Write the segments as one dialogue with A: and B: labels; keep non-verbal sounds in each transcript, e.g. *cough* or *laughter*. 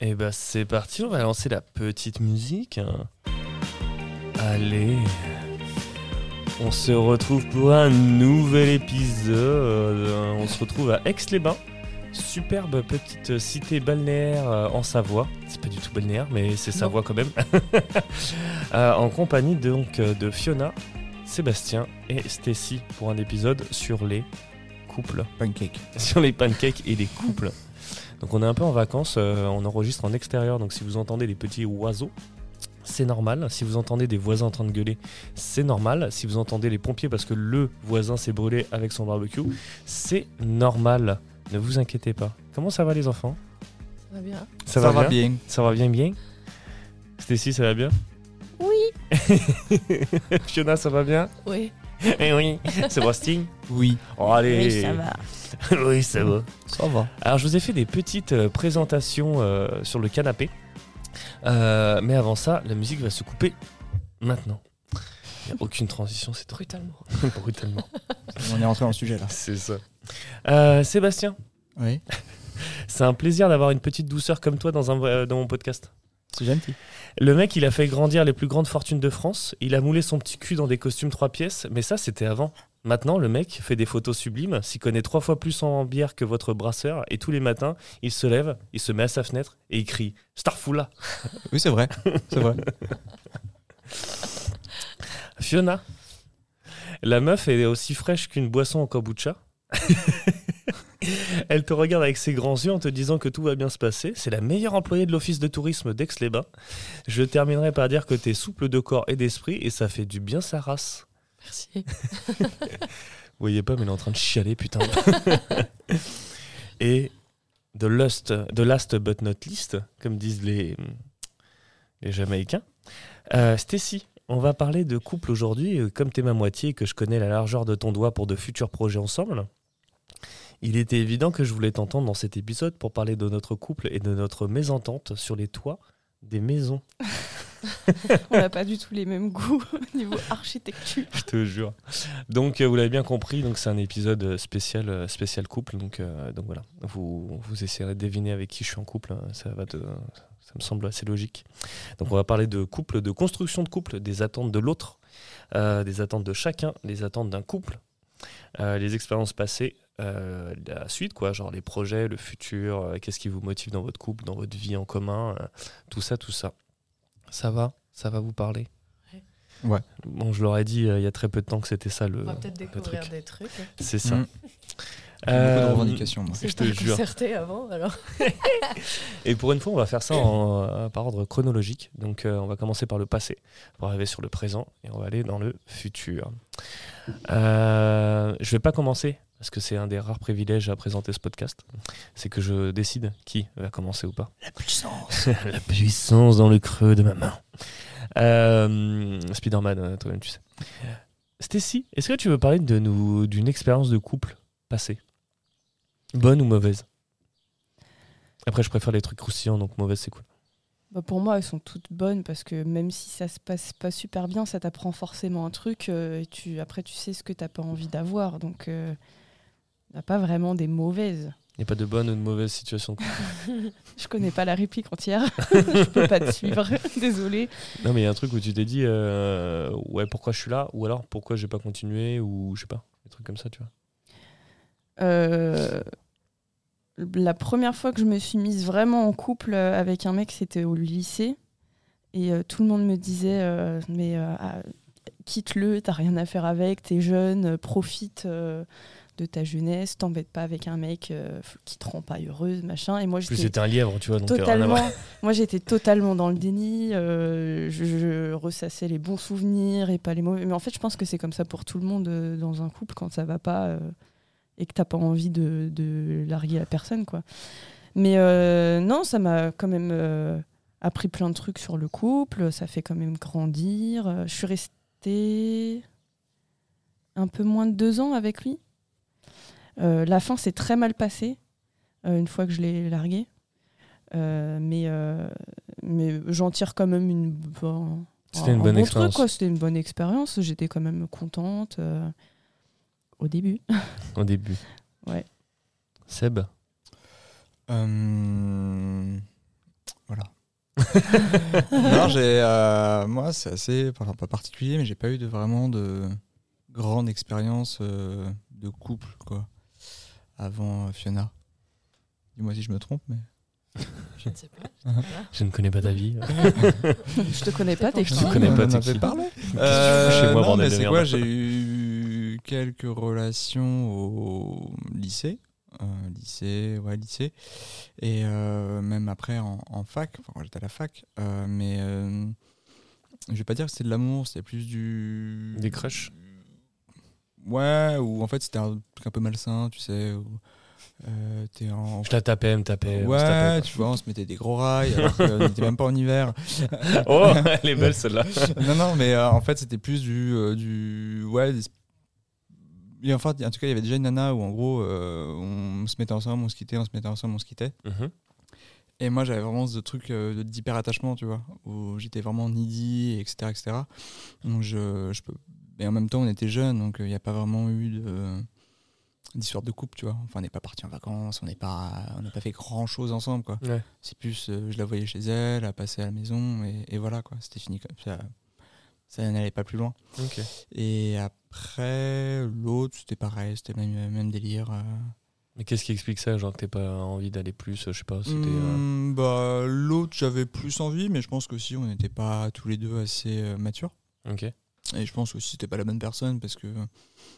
A: Et bah c'est parti, on va lancer la petite musique. Allez, on se retrouve pour un nouvel épisode. On se retrouve à Aix-les-Bains, superbe petite cité balnéaire euh, en Savoie. C'est pas du tout balnéaire, mais c'est
B: Non.
A: Savoie quand même. *laughs* Euh, en compagnie donc euh, de Fiona, Sébastien et Stacy pour un épisode sur les couples
C: Pancake.
A: sur les pancakes et les couples. Donc on est un peu en vacances, euh, on enregistre en extérieur, donc si vous entendez des petits oiseaux, c'est normal. Si vous entendez des voisins en train de gueuler, c'est normal. Si vous entendez les pompiers parce que le voisin s'est brûlé avec son barbecue, c'est normal. Ne vous inquiétez pas. Comment ça va les enfants
B: Ça va bien.
A: ça,
C: bien.
A: Ça va bien bien Stécie, ça va bien Oui *laughs* Fiona, ça va bien
B: Oui.
A: Eh oui Sébastien
C: Oui.
A: Oh allez
B: va.
A: *laughs* oui, ça va
C: Ça va.
A: alors, je vous ai fait des petites euh, présentations euh, sur le canapé. Euh, mais avant ça, la musique va se couper maintenant. Il n'y a aucune transition, c'est brutalement. *laughs* brutalement.
C: On est rentré dans le sujet là.
A: C'est ça. Euh, Sébastien,
C: Oui.
A: c'est un plaisir d'avoir une petite douceur comme toi dans, un, euh, dans mon podcast.
C: C'est gentil.
A: Le mec, il a fait grandir les plus grandes fortunes de France. Il a moulé son petit cul dans des costumes trois pièces, mais ça, c'était avant. Maintenant, le mec fait des photos sublimes, s'y connaît trois fois plus en bière que votre brasseur, et tous les matins, il se lève, il se met à sa fenêtre et il crie Starfoula
C: Oui, c'est vrai. C'est *laughs* vrai.
A: Fiona La meuf elle est aussi fraîche qu'une boisson au kombucha. *laughs* Elle te regarde avec ses grands yeux en te disant que tout va bien se passer. C'est la meilleure employée de l'office de tourisme d'Aix-les-Bains. Je terminerai par dire que t'es souple de corps et d'esprit et ça fait du bien sa race.
B: Merci.
A: Vous voyez pas, mais il est en train de chialer, putain. *laughs* et the last, the last but not least, comme disent les, les Jamaïcains. Euh, Stacy, on va parler de couple aujourd'hui. Et Comme t'es ma moitié et que je connais la largeur de ton doigt pour de futurs projets ensemble, il était évident que je voulais t'entendre dans cet épisode pour parler de notre couple et de notre mésentente sur les toits des maisons.
B: On n'a pas du tout les mêmes goûts *laughs* au niveau architecture.
A: Je te jure. Donc, euh, vous l'avez bien compris, donc c'est un épisode euh, spécial, euh, spécial couple. Donc, euh, donc voilà, vous, vous essayerez de deviner avec qui je suis en couple. hein. Ça, va de- ça me semble assez logique. Donc, on va parler de couple, de construction de couple, des attentes de l'autre, euh, des attentes de chacun, les attentes d'un couple, euh, les expériences passées, euh, la suite, quoi, genre les projets, le futur, euh, qu'est-ce qui vous motive dans votre couple, dans votre vie en commun, euh, tout ça, tout ça. Ça va Ça va vous parler
B: Ouais.
C: Ouais.
A: Bon, je leur ai dit euh, il y a très peu de temps que c'était ça le.
D: peut-être
A: découvrir truc.
D: des trucs.
A: C'est ça.
C: Mm.
A: Euh,
C: Beaucoup de revendications. moi.
A: Je te jure.
D: concerté avant, alors.
A: Et pour une fois, on va faire ça en, euh, par ordre chronologique. Donc, euh, on va commencer par le passé pour arriver sur le présent et on va aller dans le futur. Euh, je vais pas commencer parce que c'est un des rares privilèges à présenter ce podcast. C'est que je décide qui va commencer ou pas.
C: La
A: *laughs*
C: puissance.
A: La puissance dans le creux de ma main. Euh, Spider-Man, euh, toi-même, tu sais. Stacy, est-ce que tu veux parler de nous- d'une expérience de couple passée Bonne ou mauvaise Après, je préfère les trucs croustillants, donc mauvaise, c'est cool.
B: Bah, pour moi, elles sont toutes bonnes parce que même si ça se passe pas super bien, ça t'apprend forcément un truc. euh, et tu, après, tu sais ce que t'as pas envie d'avoir. Donc, euh, il n'y a pas vraiment des mauvaises.
A: Il n'y a pas de bonne ou de mauvaise situation. de couple.
B: Je connais pas la réplique entière. *laughs* Je peux pas te suivre. *laughs* Désolée.
A: non, mais il y a un truc où tu t'es dit, euh, ouais, pourquoi je suis là Ou alors, pourquoi j'ai pas continué Ou je sais pas, des trucs comme ça, tu vois.
B: Euh, la première fois que je me suis mise vraiment en couple euh, avec un mec, c'était au lycée. Et euh, tout le monde me disait euh, Mais euh, ah, quitte-le, t'as rien à faire avec, t'es jeune, euh, profite euh, de ta jeunesse, t'embête pas avec un mec euh, f- qui te rend pas heureuse, machin. Et moi,
A: En plus,
B: j'étais.
A: c'était un lièvre, tu vois. Donc, euh, rien à
B: Totalement.
A: voir.
B: Moi, j'étais totalement dans le déni. euh, je, je ressassais les bons souvenirs et pas les mauvais. Mais en fait, je pense que c'est comme ça pour tout le monde euh, dans un couple quand ça va pas euh, et que t'as pas envie de, de larguer la personne, quoi. Mais euh, non, ça m'a quand même euh, appris plein de trucs sur le couple. Ça fait quand même grandir. Euh, Je suis restée un peu moins de deux ans avec lui. Euh, la fin s'est très mal passée euh, une fois que je l'ai largué. Euh, mais euh, mais j'en tire quand même une bon,
A: C'était
B: un-
A: une
B: un
A: bonne
B: bon
A: expérience.
B: truc, quoi. C'était une bonne expérience. J'étais quand même contente euh, au début.
A: Au début.
B: Ouais.
A: Seb
C: Euh, *laughs* non, j'ai, euh, moi, c'est assez, enfin, pas particulier, mais j'ai pas eu de, vraiment de grande expérience euh, de couple, quoi, avant euh, Fiona. Dis-moi si je me trompe, mais.
D: Je ne sais pas.
A: Je ne connais pas ta vie.
B: *laughs* Je te connais pas, t'es
D: Je
B: qui
D: te
A: connais
C: on
A: pas,
C: en
A: t'es
C: avait
A: qui
C: parlé.
A: que tu fous chez moi,
C: Euh, non,
A: bordel
C: mais
A: de
C: c'est
A: merde
C: quoi J'ai eu quelques relations au lycée. Euh, lycée, ouais, lycée. Et euh, même après en, en fac. Enfin, quand j'étais à la fac. euh, mais euh, je vais pas dire que c'était de l'amour, c'était plus du.
A: Des crushs
C: Ouais, ou en fait c'était un truc un peu malsain, tu sais. où, euh, T'es en
A: Je la tapais, elle me tapait. on se
C: Ouais,
A: tapait,
C: tu vois, on se mettait des gros rails alors qu'on n'était même pas en hiver.
A: quoi. *laughs* Oh, elle est belle celle-là.
C: *laughs* non, non, mais euh, en fait, c'était plus du. euh, du ouais. des- Et enfin, en tout cas, il y avait déjà une nana où en gros, euh, on se mettait ensemble, on se quittait, on se mettait ensemble, on se quittait.
A: Mhm.
C: Et moi, j'avais vraiment ce truc euh, d'hyper-attachement, tu vois, où j'étais vraiment needy, etc. etc. Donc, je, je peux... Et en même temps, on était jeunes, donc euh, il n'y a pas vraiment eu de d'histoire de couple, tu vois. Enfin, on n'est pas parti en vacances, on n'est pas, on n'a pas fait grand chose ensemble, quoi.
A: Ouais.
C: C'est plus, euh, je la voyais chez elle, elle passait à la maison, et, et voilà, quoi. C'était fini, quoi. Ça, ça n'allait pas plus loin.
A: Ok.
C: Et après, l'autre, c'était pareil, c'était même, même délire. euh,
A: Mais qu'est-ce qui explique ça Genre que t'es pas envie d'aller plus, je sais pas, c'était. euh,
C: Hmm, bah, L'autre, j'avais plus envie, mais je pense qu'aussi, on n'était pas tous les deux assez euh, matures.
A: Ok.
C: Et je pense aussi que c'était pas la bonne personne, parce que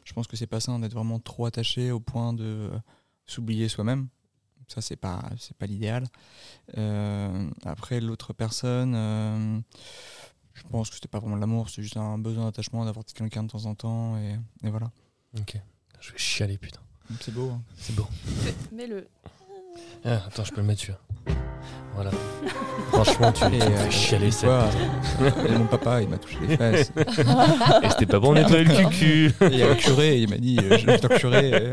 C: je pense que c'est pas sain d'être vraiment trop attaché au point de euh, s'oublier soi-même. Ça, c'est pas, c'est pas l'idéal. Euh, après, l'autre personne, euh, je pense que c'était pas vraiment de l'amour, c'est juste un besoin d'attachement, d'avoir quelqu'un de temps en temps, et, et voilà.
A: Je vais chialer, putain.
C: C'est beau. hein.
A: C'est beau.
B: Mais le.
A: Ah, attends, je peux le mettre celui-là. Voilà. Franchement, tu, tu me
C: Et, euh,
A: fais chialer
C: une
A: ça.
C: fois, euh, mon papa, il m'a touché les fesses.
A: Et c'était
C: *laughs*
A: pas bon de nettoyer le cucu.
C: Et il y a un curé, il m'a dit, euh, je vais t'encurer. euh,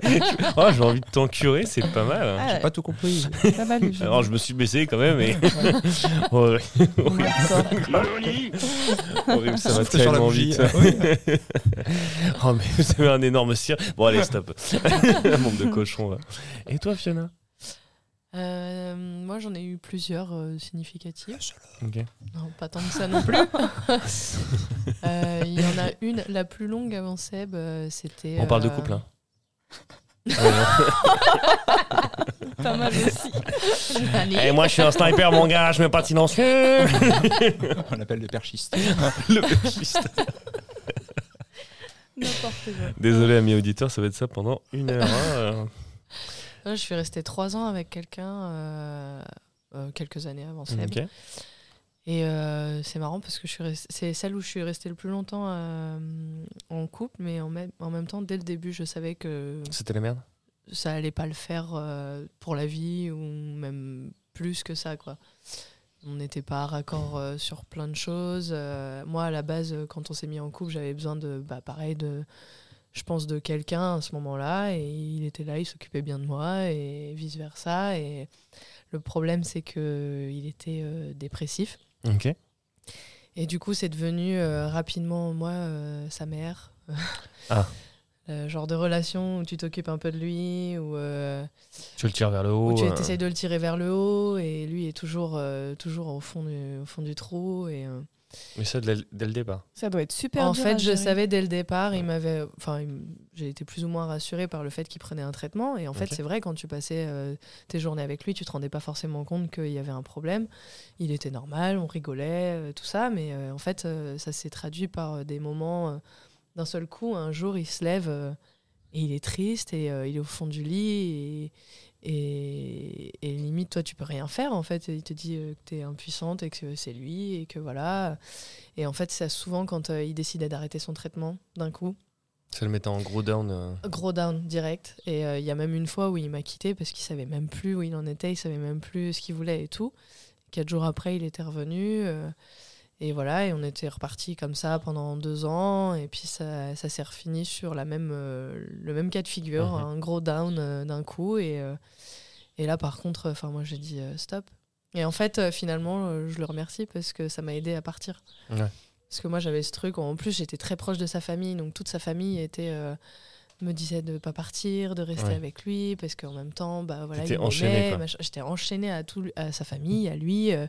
A: Oh, j'ai envie de t'encurer, c'est pas mal. hein.
B: Ah,
C: Pas tout compris.
B: pas mal. je-
A: Alors, je me suis baissé quand même, et. *laughs* Oh, Ouais. Horrible. *laughs* Horrible, ça va
C: C'était sur la
A: tellement
C: bougie,
A: vite.
C: euh, oui.
A: *laughs* Oh, mais vous avez un énorme cire. Bon, allez, stop.
D: *laughs*
A: Monde de cochon, là. Et toi, Fiona
D: Euh, moi, j'en ai eu plusieurs euh,
A: Ah,
D: significatives.
A: Ok.
D: Non, pas tant que ça non plus. *laughs* Euh, Il y en a une, la plus longue avant Seb, euh, c'était.
A: On parle de
D: euh, *laughs*
A: couple, hein. Ouais, *laughs*
B: Pas mal aussi.
A: non.
D: Allez.
A: Eh, moi, je suis un sniper, mon gars, je mets pas de
D: *laughs*
A: silencieux.
C: On l'appelle le perchiste.
A: Le fasciste.
B: N'importe quoi.
A: Désolé, amis auditeurs, ça va être ça pendant une heure. hein.
D: Je suis restée trois ans avec quelqu'un euh, euh, quelques années avant Seb.
A: Ok.
D: Et euh, c'est marrant parce que je suis rest- c'est celle où je suis restée le plus longtemps euh, en couple, mais en même, en même temps, dès le début, je savais que
A: C'était la merde.
D: ça allait pas le faire euh, pour la vie ou même plus que ça quoi. On n'était pas raccord euh, sur plein de choses. Euh, moi à la base euh, quand on s'est mis en couple, j'avais besoin de bah pareil de je pense de quelqu'un à ce moment-là et il était là, il s'occupait bien de moi et vice-versa et le problème c'est que il était euh, dépressif
A: Ok.
D: et du coup, c'est devenu euh, rapidement, moi, euh, sa mère. *laughs*
A: Ah.
D: Le genre de relation où tu t'occupes un peu de lui, où, euh,
A: Tu le tires vers le
D: où
A: haut.
D: tu
A: euh,
D: essayes de le tirer vers le haut, et lui est toujours, euh, toujours au, fond du, au fond du trou. Et, euh,
A: Mais ça, dès le dès le départ.
B: Ça doit être super
D: En
B: dur à
D: fait, je
B: gérer.
D: savais dès le départ, il m'avait, enfin, il m- j'ai été plus ou moins rassurée par le fait qu'il prenait un traitement. Et en fait,
A: Ok.
D: c'est vrai quand tu passais euh, tes journées avec lui, tu te rendais pas forcément compte qu'il y avait un problème. Il était normal, on rigolait, euh, tout ça, mais euh, en fait, euh, ça s'est traduit par euh, des moments. euh, D'un seul coup, un jour, il se lève euh, et il est triste et euh, il est au fond du lit et, et, et limite toi tu peux rien faire en fait. Il te dit euh, que tu es impuissante et que c'est lui et que voilà. Et en fait, ça souvent quand euh, il décidait d'arrêter son traitement d'un coup,
A: Ça le mettait en gros down. euh.
D: gros down direct. Et euh, il y a même une fois où il m'a quitté parce qu'il savait même plus où il en était, il savait même plus ce qu'il voulait et tout. Quatre jours après, il était revenu. euh, et voilà, et on était reparti comme ça pendant deux ans. Et puis ça, ça s'est refini sur la même, euh, le même cas de figure,
A: Mhm.
D: un gros down euh, d'un coup. Et, euh, et là, par contre, enfin moi j'ai dit euh, stop. Et en fait, euh, finalement, euh, je le remercie parce que ça m'a aidé à partir.
A: Ouais.
D: Parce que moi, j'avais ce truc. où, En plus, j'étais très proche de sa famille. Donc, toute sa famille était, euh, me disait de ne pas partir, de rester
A: Ouais.
D: avec lui. Parce qu'en même temps, bah, voilà,
A: T'étais
D: il m'aimait,
A: enchaînée, quoi.
D: machin. J'étais enchaînée à, tout, à sa famille, à lui. euh,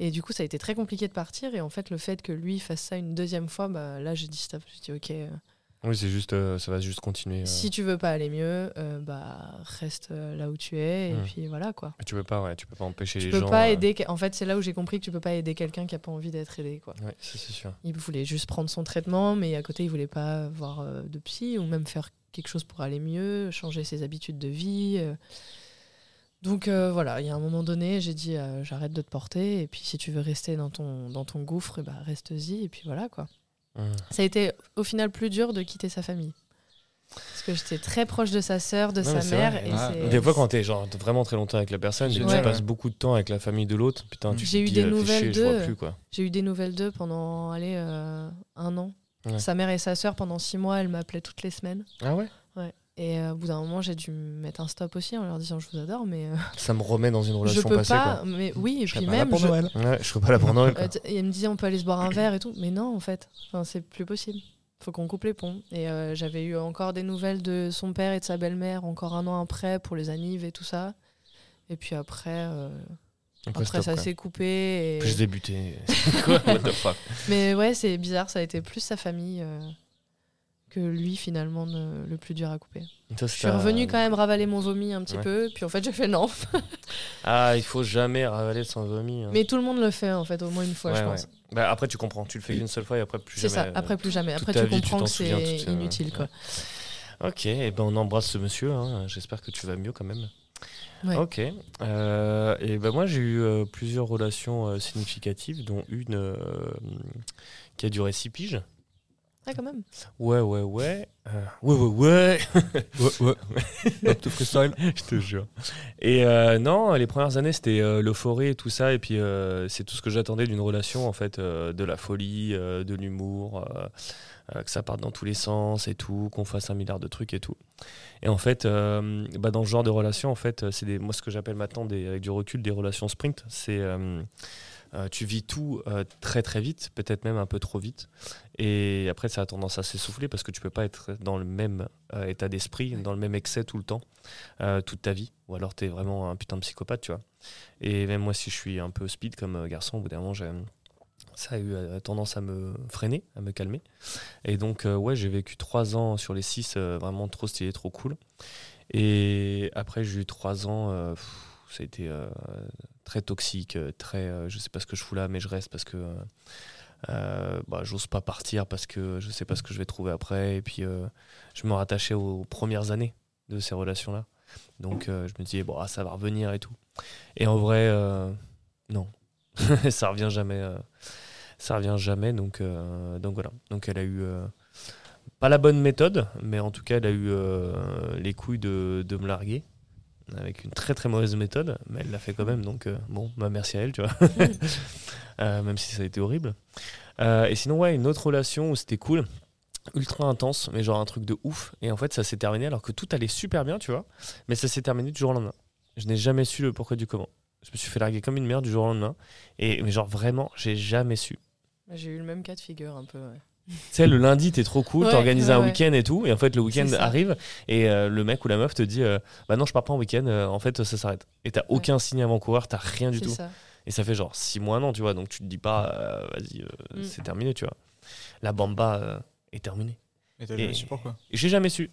D: Et du coup, ça a été très compliqué de partir. Et en fait, le fait que lui fasse ça une deuxième fois, bah, là, j'ai dit stop. J'ai dit ok. euh,
A: Oui, c'est juste, euh, ça va juste continuer. euh.
D: Si tu veux pas aller mieux, euh, bah reste euh, là où tu es et
A: Hmm.
D: puis voilà quoi.
A: Mais Tu peux pas, ouais, tu peux pas empêcher
D: Tu
A: les
D: peux
A: gens.
D: pas
A: euh,
D: aider. que- En fait, c'est là où j'ai compris que tu peux pas aider quelqu'un qui a pas envie d'être aidé quoi.
A: Ouais, ça, c'est sûr.
D: Il voulait juste prendre son traitement, mais à côté il voulait pas voir euh, de psy ou même faire quelque chose pour aller mieux, changer ses habitudes de vie. euh. Donc euh, voilà, il y a un moment donné, j'ai dit euh, j'arrête de te porter et puis si tu veux rester dans ton dans ton gouffre, eh bah, reste-y et puis voilà quoi.
A: Hum.
D: Ça a été au final plus dur de quitter sa famille. Parce que j'étais très proche de sa sœur, de
A: Non, mais
D: sa
A: c'est
D: mère.
A: vrai.
D: et
C: Ah,
D: c'est-
C: ouais.
A: Des fois, quand t'es genre vraiment très longtemps avec la personne, et que
D: Ouais.
A: tu passes beaucoup de temps avec la famille de l'autre, putain, tu
D: J'ai
A: te
D: eu
A: dis,
D: des
A: euh, fais
D: nouvelles
A: chier, je vois
D: d'eux.
A: plus, quoi.
D: J'ai eu des nouvelles d'eux pendant allez, euh, un an.
A: Ouais.
D: Sa mère et sa sœur, pendant six mois, elles m'appelaient toutes les semaines.
A: Ah ouais
D: Et euh, au bout d'un moment, j'ai dû mettre un stop aussi en leur disant je vous adore, mais euh,
A: Ça me remet dans une
D: je
A: relation
D: peux
A: passée,
D: pas. Mais oui, et
C: Je serai
D: puis
C: pas là
D: même,
C: pour
D: je-
C: Noël.
A: quoi. Ouais, je serais pas là pour Noël, quoi.
D: Euh, t- et elle me disait on peut aller se boire un verre et tout, mais non en fait, enfin, c'est plus possible. Faut qu'on coupe les ponts. Et euh, j'avais eu encore des nouvelles de son père et de sa belle-mère encore un an après pour les annives et tout ça. Et puis après, euh,
A: Après,
D: après
A: stop,
D: ça
A: quoi.
D: s'est coupé. et-
A: Puis j'ai
D: *laughs*
A: débuté. C'est quoi What the fuck
D: Mais ouais, c'est bizarre, ça a été plus sa famille euh, que lui finalement ne- le plus dur à couper.
A: Ça,
D: Je
A: c'est
D: suis
A: un-
D: revenue quand même ravaler mon vomi un petit
A: Ouais.
D: peu, puis en fait j'ai fait non.
A: Ah, il faut jamais ravaler son vomi. hein.
D: Mais tout le monde le fait en fait au moins une fois,
A: Ouais,
D: je
A: ouais.
D: pense.
A: Bah, après, tu comprends. Tu le fais une seule fois et après, plus
D: C'est
A: jamais.
D: ça,
A: euh,
D: après plus jamais.
A: toute
D: Après
A: ta
D: tu
A: vie, tu
D: comprends
A: t'en
D: que
A: souviens,
D: c'est
A: toute, euh,
D: inutile quoi.
A: Ok, et ben on embrasse ce monsieur. hein. J'espère que tu vas mieux quand même.
D: Ouais.
A: Ok. Euh, et ben moi j'ai eu euh, plusieurs relations euh, significatives, dont une euh, qui a duré six piges.
D: Ah quand même.
A: Ouais, ouais, ouais. Euh, ouais, ouais,
C: *laughs* Ouais, ouais. Hop, tout freestyle.
A: ouais. *laughs* Je te jure. Et euh, non, les premières années c'était euh, l'euphorie et tout ça. Et puis euh, c'est tout ce que j'attendais d'une relation en fait, euh, de la folie, euh, de l'humour, euh, euh, que ça parte dans tous les sens et tout, qu'on fasse un milliard de trucs et tout. Et en fait, euh, bah, dans ce genre de relation, en fait, euh, c'est des, moi ce que j'appelle maintenant des, avec du recul des relations sprint. C'est euh, euh, tu vis tout euh, très très vite, peut-être même un peu trop vite. Et après, ça a tendance à s'essouffler parce que tu peux pas être dans le même euh, état d'esprit, dans le même excès tout le temps, euh, toute ta vie. Ou alors tu es vraiment un putain de psychopathe, tu vois. Et même moi, si je suis un peu speed comme euh, garçon, au bout d'un moment, j'ai- ça a eu euh, tendance à me freiner, à me calmer. Et donc, euh, ouais, j'ai vécu trois ans sur les six, euh, vraiment trop stylé, trop cool. Et après, j'ai eu trois ans, euh, pff, ça a été euh, très toxique, euh, très, euh, je sais pas ce que je fous là, mais je reste parce que euh, euh, bah, j'ose pas partir parce que je sais pas ce que je vais trouver après. Et puis, euh, je me rattachais aux, premières années de ces relations-là. Donc, euh, je me disais, bon, ah, ça va revenir et tout. Et en vrai, euh, non, *laughs* ça revient jamais. euh, ça revient jamais. Donc, euh, donc voilà. Donc elle a eu euh, pas la bonne méthode, mais en tout cas, elle a eu euh, les couilles de, de me larguer avec une très très mauvaise méthode, mais elle l'a fait quand même. Donc euh, bon, bah, merci à elle, tu vois. *laughs* Euh, même si ça a été horrible. Euh, et sinon, ouais, une autre relation où c'était cool. Ultra intense, mais genre un truc de ouf. Et en fait, ça s'est terminé alors que tout allait super bien, tu vois. Mais ça s'est terminé du jour au lendemain. Je n'ai jamais su le pourquoi du comment. Je me suis fait larguer comme une merde du jour au lendemain. Et mais genre vraiment, j'ai jamais su.
D: J'ai eu le même cas de figure un peu. ouais.
A: Tu sais, le lundi, t'es trop cool,
D: Ouais,
A: t'organises
D: ouais,
A: un
D: ouais.
A: week-end et tout, et en fait, le week-end
D: C'est ça.
A: arrive, et euh, le mec ou la meuf te dit euh, Bah non, je pars pas en week-end, euh, en fait, ça s'arrête. Et t'as aucun signe avant-coureur, t'as rien du
D: C'est
A: tout.
D: ça.
A: Et ça fait genre 6 mois, non, tu vois, donc tu te dis pas euh, Vas-y, euh,
D: Mm.
A: c'est terminé, tu vois. La bamba euh, est terminée.
C: Et t'as
A: Et-
C: le support quoi
A: Et J'ai jamais su.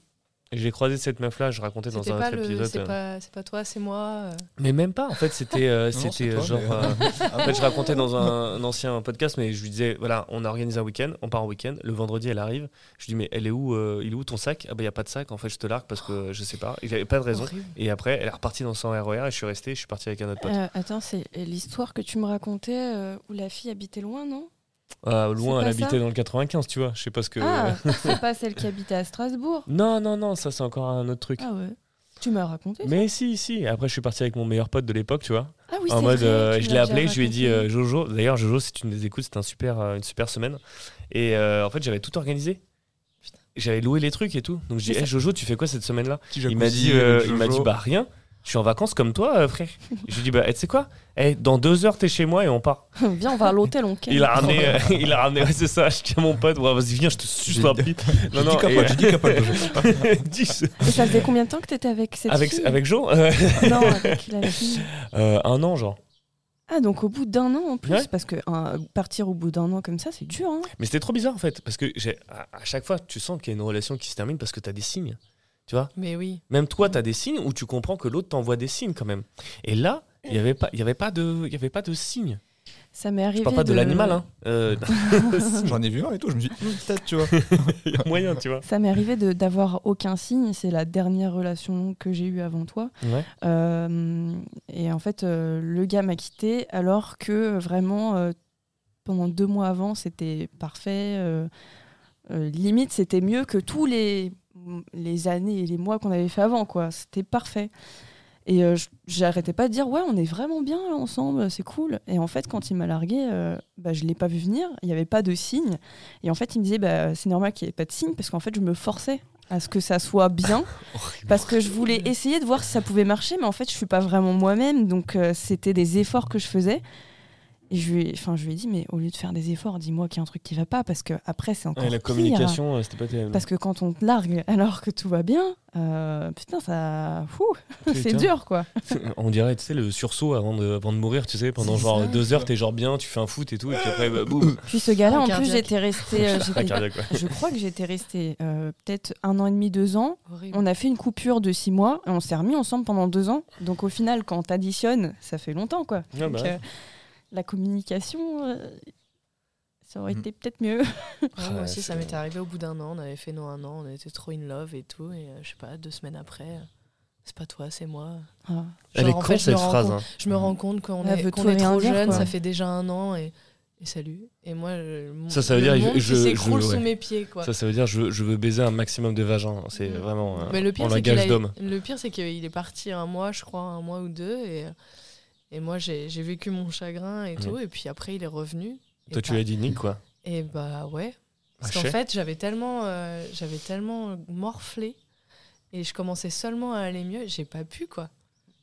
A: Et J'ai croisé cette meuf-là, je racontais dans
D: C'était
A: un
D: pas
A: autre
D: le.
A: épisode.
D: C'est
A: euh,
D: pas, c'est pas toi, c'est moi. euh.
A: Mais même pas, en fait, c'était euh,
C: *laughs* Non, non,
A: c'était
C: c'est toi,
A: genre.
C: mais-
A: euh,
C: Ah
A: En
C: bon
A: fait, je racontais
C: *laughs*
A: dans un, un ancien podcast, mais je lui disais voilà, on organise un week-end, on part en week-end. Le vendredi, elle arrive. Je lui dis mais elle est où euh, Il est où ton sac Ah bah il y a pas de sac. En fait, je te largue parce que je sais pas. Il avait pas de raison.
D: Oh. Horrible.
A: Et après, elle est repartie dans son RER et je suis resté. Je suis parti avec un autre pote.
B: Euh, attends, c'est l'histoire que tu me racontais euh, où la fille habitait loin, non
A: Euh, loin,
B: c'est
A: elle
B: pas ça
A: habitait dans le 95, tu vois. Je sais pas ce que. *laughs*
B: Ah, c'est pas celle qui habitait à Strasbourg
A: Non, non, non, ça c'est encore un autre truc.
B: Ah ouais. Tu m'as raconté
A: Mais si, si. Après, je suis parti avec mon meilleur pote de l'époque, tu vois.
B: Ah oui,
A: en
B: c'est
A: mode,
B: vrai,
A: euh,
B: tu
A: je
B: me
A: l'ai
B: l'as déjà
A: appelé, je lui ai dit
B: raconté.
A: euh, Jojo. D'ailleurs, Jojo, si tu nous écoutes, c'était un super, euh, une super semaine. Et euh, en fait, j'avais tout organisé. J'avais loué les trucs et tout. Donc je dis,
D: Mais
A: hey, Jojo, tu fais quoi cette semaine-là
C: Petit
A: Il m'a
C: jacuzzi,
A: dit, euh,
C: le
A: il m'a dit,
C: Jojo.
A: bah rien. Je suis en vacances comme toi, euh,
B: *laughs*
A: frère. je lui dis, bah eh, tu sais quoi Eh, Dans deux heures, t'es chez moi et on part.
B: *laughs* Viens, on va à l'hôtel, on
A: euh, Il
B: calme.
A: a ramené, euh, *laughs* il a ramené, ouais, c'est ça. Je dis à mon pote, ouais, vas-y viens, je te suce
C: *laughs* J'ai-
A: la bite. Non non. et-
C: j'ai dit capote.
A: *laughs*
C: *laughs*
A: Dis-
B: Et ça faisait combien de temps que t'étais avec
A: *laughs*
B: cette *laughs*
A: Avec
B: fille
A: avec Jo, euh,
B: Non, avec la fille.
A: euh, un an genre.
B: Ah, donc au bout d'un an en plus,
A: Ouais.
B: parce que hein, partir au bout d'un an comme ça, c'est dur. hein.
A: Mais c'était trop bizarre en fait, parce que j'ai- à, à chaque fois, tu sens qu'il y a une relation qui se termine parce que tu as des signes. Tu vois
D: Mais oui.
A: Même toi, tu as des signes où tu comprends que l'autre t'envoie des signes quand même. Et là, il n'y avait, pas- il y avait pas de il y avait pas de signes.
B: Ça m'est arrivé.
A: Je parle pas de, l'animal,
B: *laughs*
A: hein. Euh, *laughs*
C: J'en ai vu un et tout, je me dis, Hum, peut-être, tu vois.
A: il y a moyen, tu vois.
B: Ça m'est arrivé de- d'avoir aucun signe. C'est la dernière relation longue que j'ai eue avant toi.
A: Ouais.
B: Euh, et en fait, euh, le gars m'a quitté alors que vraiment, euh, pendant deux mois avant, c'était parfait. euh, euh, limite, c'était mieux que tous les, les années et les mois qu'on avait fait avant. quoi. C'était parfait. Et euh, je- j'arrêtais pas de dire, ouais, on est vraiment bien là, ensemble, c'est cool. Et en fait, quand il m'a largué, euh, bah, je l'ai pas vu venir, il n'y avait pas de signe. Et en fait, il me disait, bah, c'est normal qu'il n'y ait pas de signe, parce qu'en fait, je me forçais à ce que ça soit bien parce que je voulais essayer de voir si ça pouvait marcher, mais en fait, je suis pas vraiment moi-même, donc euh, c'était des efforts que je faisais. Et je lui, ai, enfin, je lui ai dit, mais au lieu de faire des efforts, dis-moi qu'il y a un truc qui va pas, parce que après, c'est encore
A: Ouais, la
B: pire.
A: communication, euh, c'était pas terrible.
B: Parce que quand on te largue alors que tout va bien, euh, putain, ça, fou, *laughs* c'est
A: Putain.
B: dur, quoi.
A: *laughs* On dirait, tu sais, le sursaut avant de, avant de mourir, tu sais, pendant
B: C'est
A: genre
B: ça. Ah.
A: deux heures, t'es genre bien, tu fais un foot et tout, et puis après, bah, boum,
B: Puis ce gars-là,
D: Un
B: en plus,
D: cardiaque.
B: j'étais
A: *laughs*
B: restée, euh,
A: la
B: j'étais-
A: cardiaque, ouais.
B: je crois que j'étais restée euh, peut-être un an et demi, deux ans.
D: Horrible.
B: On a fait une coupure de six mois et on s'est remis ensemble pendant deux ans. Donc au final, quand t'additionnes, ça fait longtemps, quoi.
A: Ouais, bah
B: Donc,
A: ouais.
B: euh, la communication, euh, ça aurait
C: Mm.
B: été peut-être
D: *laughs*
B: mieux.
D: Ouais,
A: Ah,
D: moi aussi, ça
A: c'est-
D: m'était arrivé au bout d'un an. On avait fait non un an, on était trop in love et tout. Et euh, je sais pas, deux semaines après, euh, c'est pas toi, c'est moi.
B: Ah.
A: Elle est
D: Genre, en
A: con
D: fait, je
A: cette
D: me rends
A: phrase.
D: compte-
A: hein.
D: Je me rends compte qu'on
B: Elle
D: est,
B: veut
D: qu'on
B: tout
D: est
B: et rien
D: trop
B: dire,
D: jeune,
B: quoi.
D: ça fait déjà un an et, et salut. Et moi, le mon-
A: Ça, ça veut
D: le
A: dire, je-
D: monde qui
A: je-
D: s'écroule
A: je- ouais.
D: sous mes pieds, quoi.
A: Ça, ça veut dire, je, veux- je veux baiser un maximum de vagins. C'est
D: Mhm.
A: vraiment euh,
D: Mais le pire,
A: en
D: c'est qu'il
A: langage
D: a-
A: d'homme.
D: le pire, c'est qu'il est parti un mois, je crois, un mois ou deux. Et, et moi, j'ai j'ai vécu mon chagrin et tout. Et puis après, il est revenu. Et
A: Toi, tu
D: bah-
A: l'as dit, Nick, quoi.
D: Et bah ouais. Parce
A: Ah,
D: qu'en
A: chais.
D: fait, j'avais tellement, euh, j'avais tellement morflé et je commençais seulement à aller mieux. J'ai pas pu, quoi.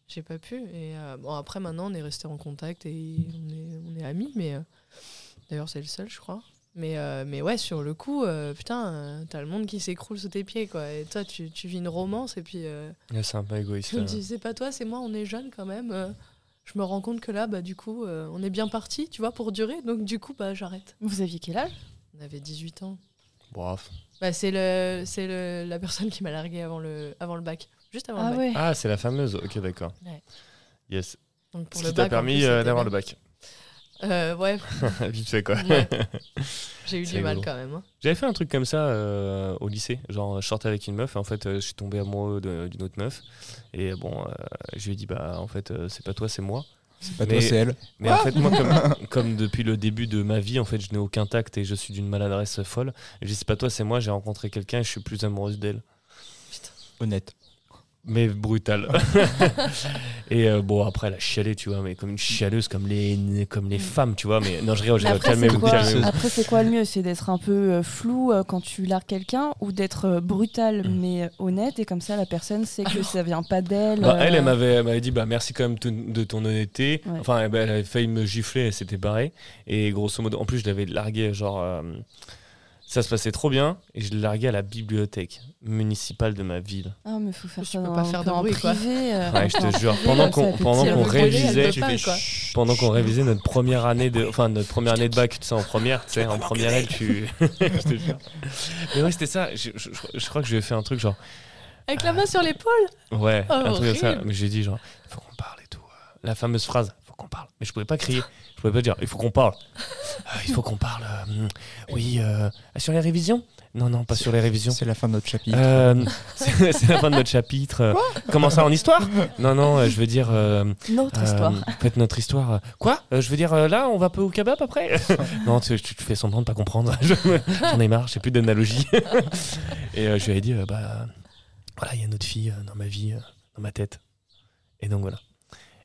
D: J'ai pas pu. Et euh, bon, après, maintenant, on est resté en contact et on est, on est amis. Mais euh, d'ailleurs, c'est le seul, je crois. Mais, euh, mais ouais, sur le coup, euh, putain, euh, t'as le monde qui s'écroule sous tes pieds, quoi. Et toi, tu, tu vis une romance et puis euh,
A: Ouais, C'est un peu égoïste. euh.
D: *laughs* tu me
A: là.
D: dis, c'est pas toi, c'est moi, on est jeunes quand même. Euh, je me rends compte que là, bah, du coup, euh, on est bien parti, tu vois, pour durer. Donc, du coup, bah, j'arrête.
B: Vous aviez quel âge
D: On avait 18 ans.
A: Bof.
D: Bah, c'est le, c'est le, la personne qui m'a largué avant le, avant le bac. Juste avant
B: Ah
D: le bac.
B: ouais.
A: Ah, c'est la fameuse. Ok, d'accord.
D: Ouais.
A: Yes.
D: Donc pour
A: Ce
D: le
A: qui t'a
D: bac, en
A: permis
D: plus,
A: euh,
D: c'était
A: d'avoir le
D: bien.
A: bac.
D: Euh, ouais,
A: *laughs*
D: *laughs*
A: Vite fait, quoi.
D: ouais. j'ai eu
A: C'est
D: du mal
A: rigolo.
D: quand même. hein.
A: J'avais fait un truc comme ça euh, au lycée, genre je sortais avec une meuf et en fait euh, je suis tombé amoureux de- d'une autre meuf et bon euh, je lui ai dit bah en fait euh, c'est pas toi c'est moi
C: C'est pas
A: Mais-
C: toi, c'est elle.
A: mais en fait moi
D: *laughs*
A: comme, comme depuis le début de ma vie en fait je n'ai aucun tact et je suis d'une maladresse folle je lui ai dit c'est pas toi c'est moi j'ai rencontré quelqu'un et je suis plus amoureuse d'elle
C: Honnête.
A: mais
B: *laughs*
A: brutale et euh, bon après elle a chialé tu vois mais comme une chialeuse comme les comme les femmes tu vois mais non je rigole je rigole,
B: Mm. Après, c'est
A: calmez-vous
B: quoi, Ah,
A: calmez-vous
B: après, c'est quoi le mieux C'est d'être un peu euh, flou euh, quand tu largues quelqu'un ou d'être euh, brutal
A: Mm.
B: mais euh, honnête et comme ça la personne sait que ça vient pas d'elle.
A: Bah, Elle,
B: euh,
A: elle m'avait, elle m'avait dit bah, merci quand même ton- de ton honnêteté.
B: Ouais.
A: Enfin, eh ben, elle avait failli me gifler, elle s'était barrée. Et grosso modo, en plus, je l'avais largué, genre. euh, ça se passait trop bien. Et je l'ai largué à la bibliothèque municipale de ma ville.
B: Ah, mais faut faire
D: Tu
B: ça
D: peux
B: dans-
D: pas faire de
B: en
D: bruit, quoi.
B: privé. euh,
A: Ouais, je
B: en-
A: te jure. Pendant qu'on,
B: comme ça,
A: pendant
B: elle
A: qu'on
D: peut brûler, elle
A: révisait.
D: peut pas, quoi.
A: Pendant qu'on révisait notre première année de, enfin notre première année de bac, tu sais, en première, tu sais, en première aile, tu. *laughs* je te jure. Mais ouais, c'était ça. Je, je- je- je crois que j'ai fait un truc genre.
D: Avec la main sur l'épaule
A: Ouais,
D: Oh,
A: un truc comme ça.
D: horrible.
A: Mais j'ai dit genre, il faut qu'on parle et tout. La fameuse phrase, faut qu'on parle. Mais je pouvais pas crier. Je pouvais pas dire, il faut qu'on parle. Euh, il faut qu'on parle. euh, hmm, oui, euh, sur les révisions Non, non, pas sur les révisions.
C: C'est la fin de notre chapitre.
A: Euh, *laughs* C'est c'est la fin de notre chapitre. Euh, Comment ça en histoire Non, non, euh, je veux dire. euh,
B: Notre
A: euh,
B: histoire.
A: faites notre histoire. euh, Quoi Euh, Je veux dire, euh, là, on va peu au kebab
B: *laughs*
A: après Non, tu, tu- tu fais semblant de pas comprendre. *laughs* Je- J'en ai marre, j'ai plus d'analogie.
B: *laughs*
A: et euh, je lui avais dit, euh, bah, voilà, il y a une autre fille euh, dans ma vie, euh, dans ma tête. Et donc voilà.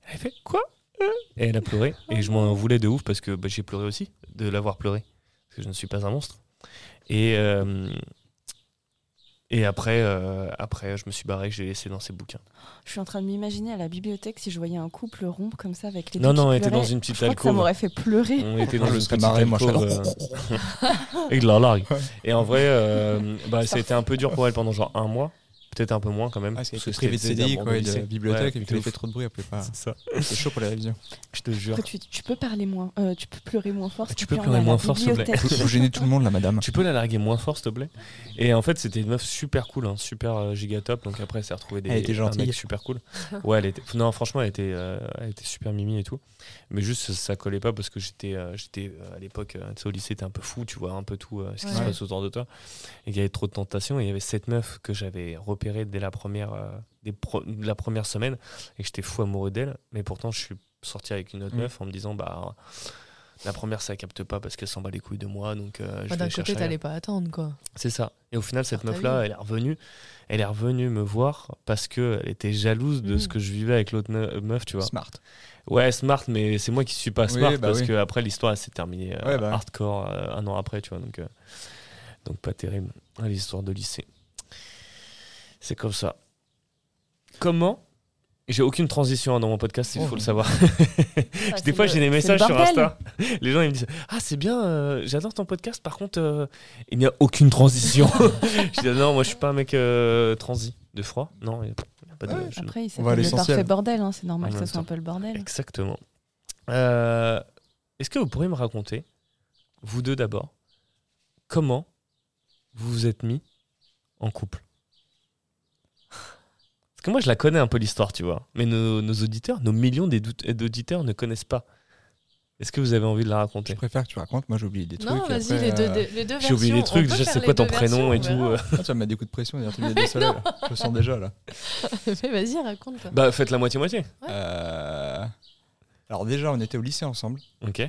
A: Elle a fait quoi Euh Et elle a pleuré. Et je m'en voulais de ouf parce que bah, j'ai pleuré aussi, de l'avoir pleuré. Parce que je ne suis pas un monstre. Et. euh, et après, euh, après, je me suis barré, je l'ai laissé dans ses bouquins.
B: Je suis en train de m'imaginer à la bibliothèque si je voyais un couple rompre comme ça avec les
A: Non,
B: deux
A: non,
B: qui
A: elle était
B: pleuraient.
A: dans une petite
B: Je crois que ça
A: alcôve.
B: m'aurait fait pleurer.
A: On était dans une
C: Moi, je me serais
A: petite
C: marré, moi, je
A: alcôve,
C: serais là.
A: euh,
C: *laughs*
A: avec de la largue. Et en vrai, euh, bah, ça a été un peu dur pour elle pendant genre un mois. peut-être un peu moins quand même.
C: Ah, parce qu'elle
A: parce que
C: était privée de
A: c'était
C: CDI,
A: d'abord
C: quoi, et
A: au
C: de
A: lycée. Ouais,
C: bibliothèque, et vu
A: de
C: qu'elle
A: ouf.
C: fait trop de bruit, elle pouvait
A: *laughs*
C: pas.
A: C'est ça,
C: C'est chaud pour la révision.
A: je te jure.
B: Après, tu, tu peux parler moins, euh, tu peux pleurer moins fort.
A: Mm. Bah, Tu
B: s'il
A: peux
B: te plaît, on
A: pleurer
B: a la
A: moins fort, s'il te plaît.
B: bibliothèque.
C: Vous gênez tout le monde, la madame.
A: Tu peux la larguer moins fort, s'il te plaît Et en fait, c'était une meuf super cool, hein, super euh, giga top. Donc après, elle s'est retrouvée des
C: Elle était
A: un
C: gentille.
A: mec super cool. Ouais, elle était. Non, franchement, elle était, euh, elle était super mimi et tout. Mais juste, ça, ça collait pas parce que j'étais, euh, j'étais euh, à l'époque, euh, tu sais, au lycée, t'es un peu fou, tu vois un peu tout euh, ce qui se
D: Ouais.
A: passe autour de toi. Et il y avait trop de tentations. Et il y avait cette meuf que j'avais repérée dès la première, euh, des pro- de la première semaine et que j'étais fou amoureux d'elle. Mais pourtant, je suis sorti avec une autre
C: Mm.
A: meuf en me disant, bah. La première, ça capte pas parce qu'elle s'en bat les couilles de moi, donc euh, je
D: Bah,
A: vais
D: D'un
A: chercher
D: côté,
A: ailleurs.
D: t'allais pas attendre, quoi.
A: C'est ça. Et au final, cette
D: Faire ta
A: meuf-là,
D: vie.
A: elle est revenue. Elle est revenue me voir parce que elle était jalouse de
D: Mhm.
A: ce que je vivais avec l'autre ne- meuf, tu vois.
C: Smart.
A: Ouais, smart, mais c'est moi qui suis pas
C: Oui,
A: smart
C: bah
A: parce
C: oui.
A: que après l'histoire elle s'est terminée euh,
C: Ouais, bah.
A: hardcore euh, un an après, tu vois. Donc, euh, donc pas terrible. Ah, L'histoire de lycée. C'est comme ça. Comment J'ai aucune transition hein, dans mon podcast, il
C: Oh.
A: faut le savoir.
B: Ah,
A: *laughs* Des
B: c'est
A: fois,
B: le-
A: j'ai des
B: c'est le
A: messages sur
B: bordel.
A: Insta. *laughs* Les gens, ils me disent Ah, c'est bien, euh, j'adore ton podcast. Par contre, euh, il n'y a aucune transition. *laughs* je dis Non, moi, je suis pas un mec euh, transi de froid. Non, il n'y a, pas de. je-
B: Après, il
C: On va à
B: s'appelle le
C: l'essentiel.
B: parfait bordel, hein, c'est
A: En
B: normal que ça
A: même
B: soit un
A: temps.
B: peu le bordel.
A: Exactement. Euh, Est-ce que vous pourriez me raconter, vous deux d'abord, comment vous vous êtes mis en couple Parce que moi, je la connais un peu l'histoire, tu vois. Mais nos, nos auditeurs, nos millions des dout- d'auditeurs ne connaissent pas. Est-ce que vous avez envie de la raconter
C: Je préfère que tu racontes, moi j'ai oublié des trucs.
D: non,
C: et
D: vas-y,
C: après,
D: les deux,
C: euh,
D: les deux versions.
A: J'ai oublié les
D: on
A: trucs,
D: peut
A: déjà
D: faire
A: c'est
D: les
A: quoi ton
D: deux
A: prénom et tout.
D: versions,
A: euh.
C: Tu vas me mettre des coups de pression et dire tu me mets
D: *laughs*
C: des soleils, là. Je le sens déjà là.
D: on verra. bah. *laughs* Mais Vas-y, raconte.
A: *laughs*
D: quoi.
A: Bah faites la moitié-moitié.
D: Ouais.
C: Euh, Alors déjà, on était au lycée ensemble.
A: Ok.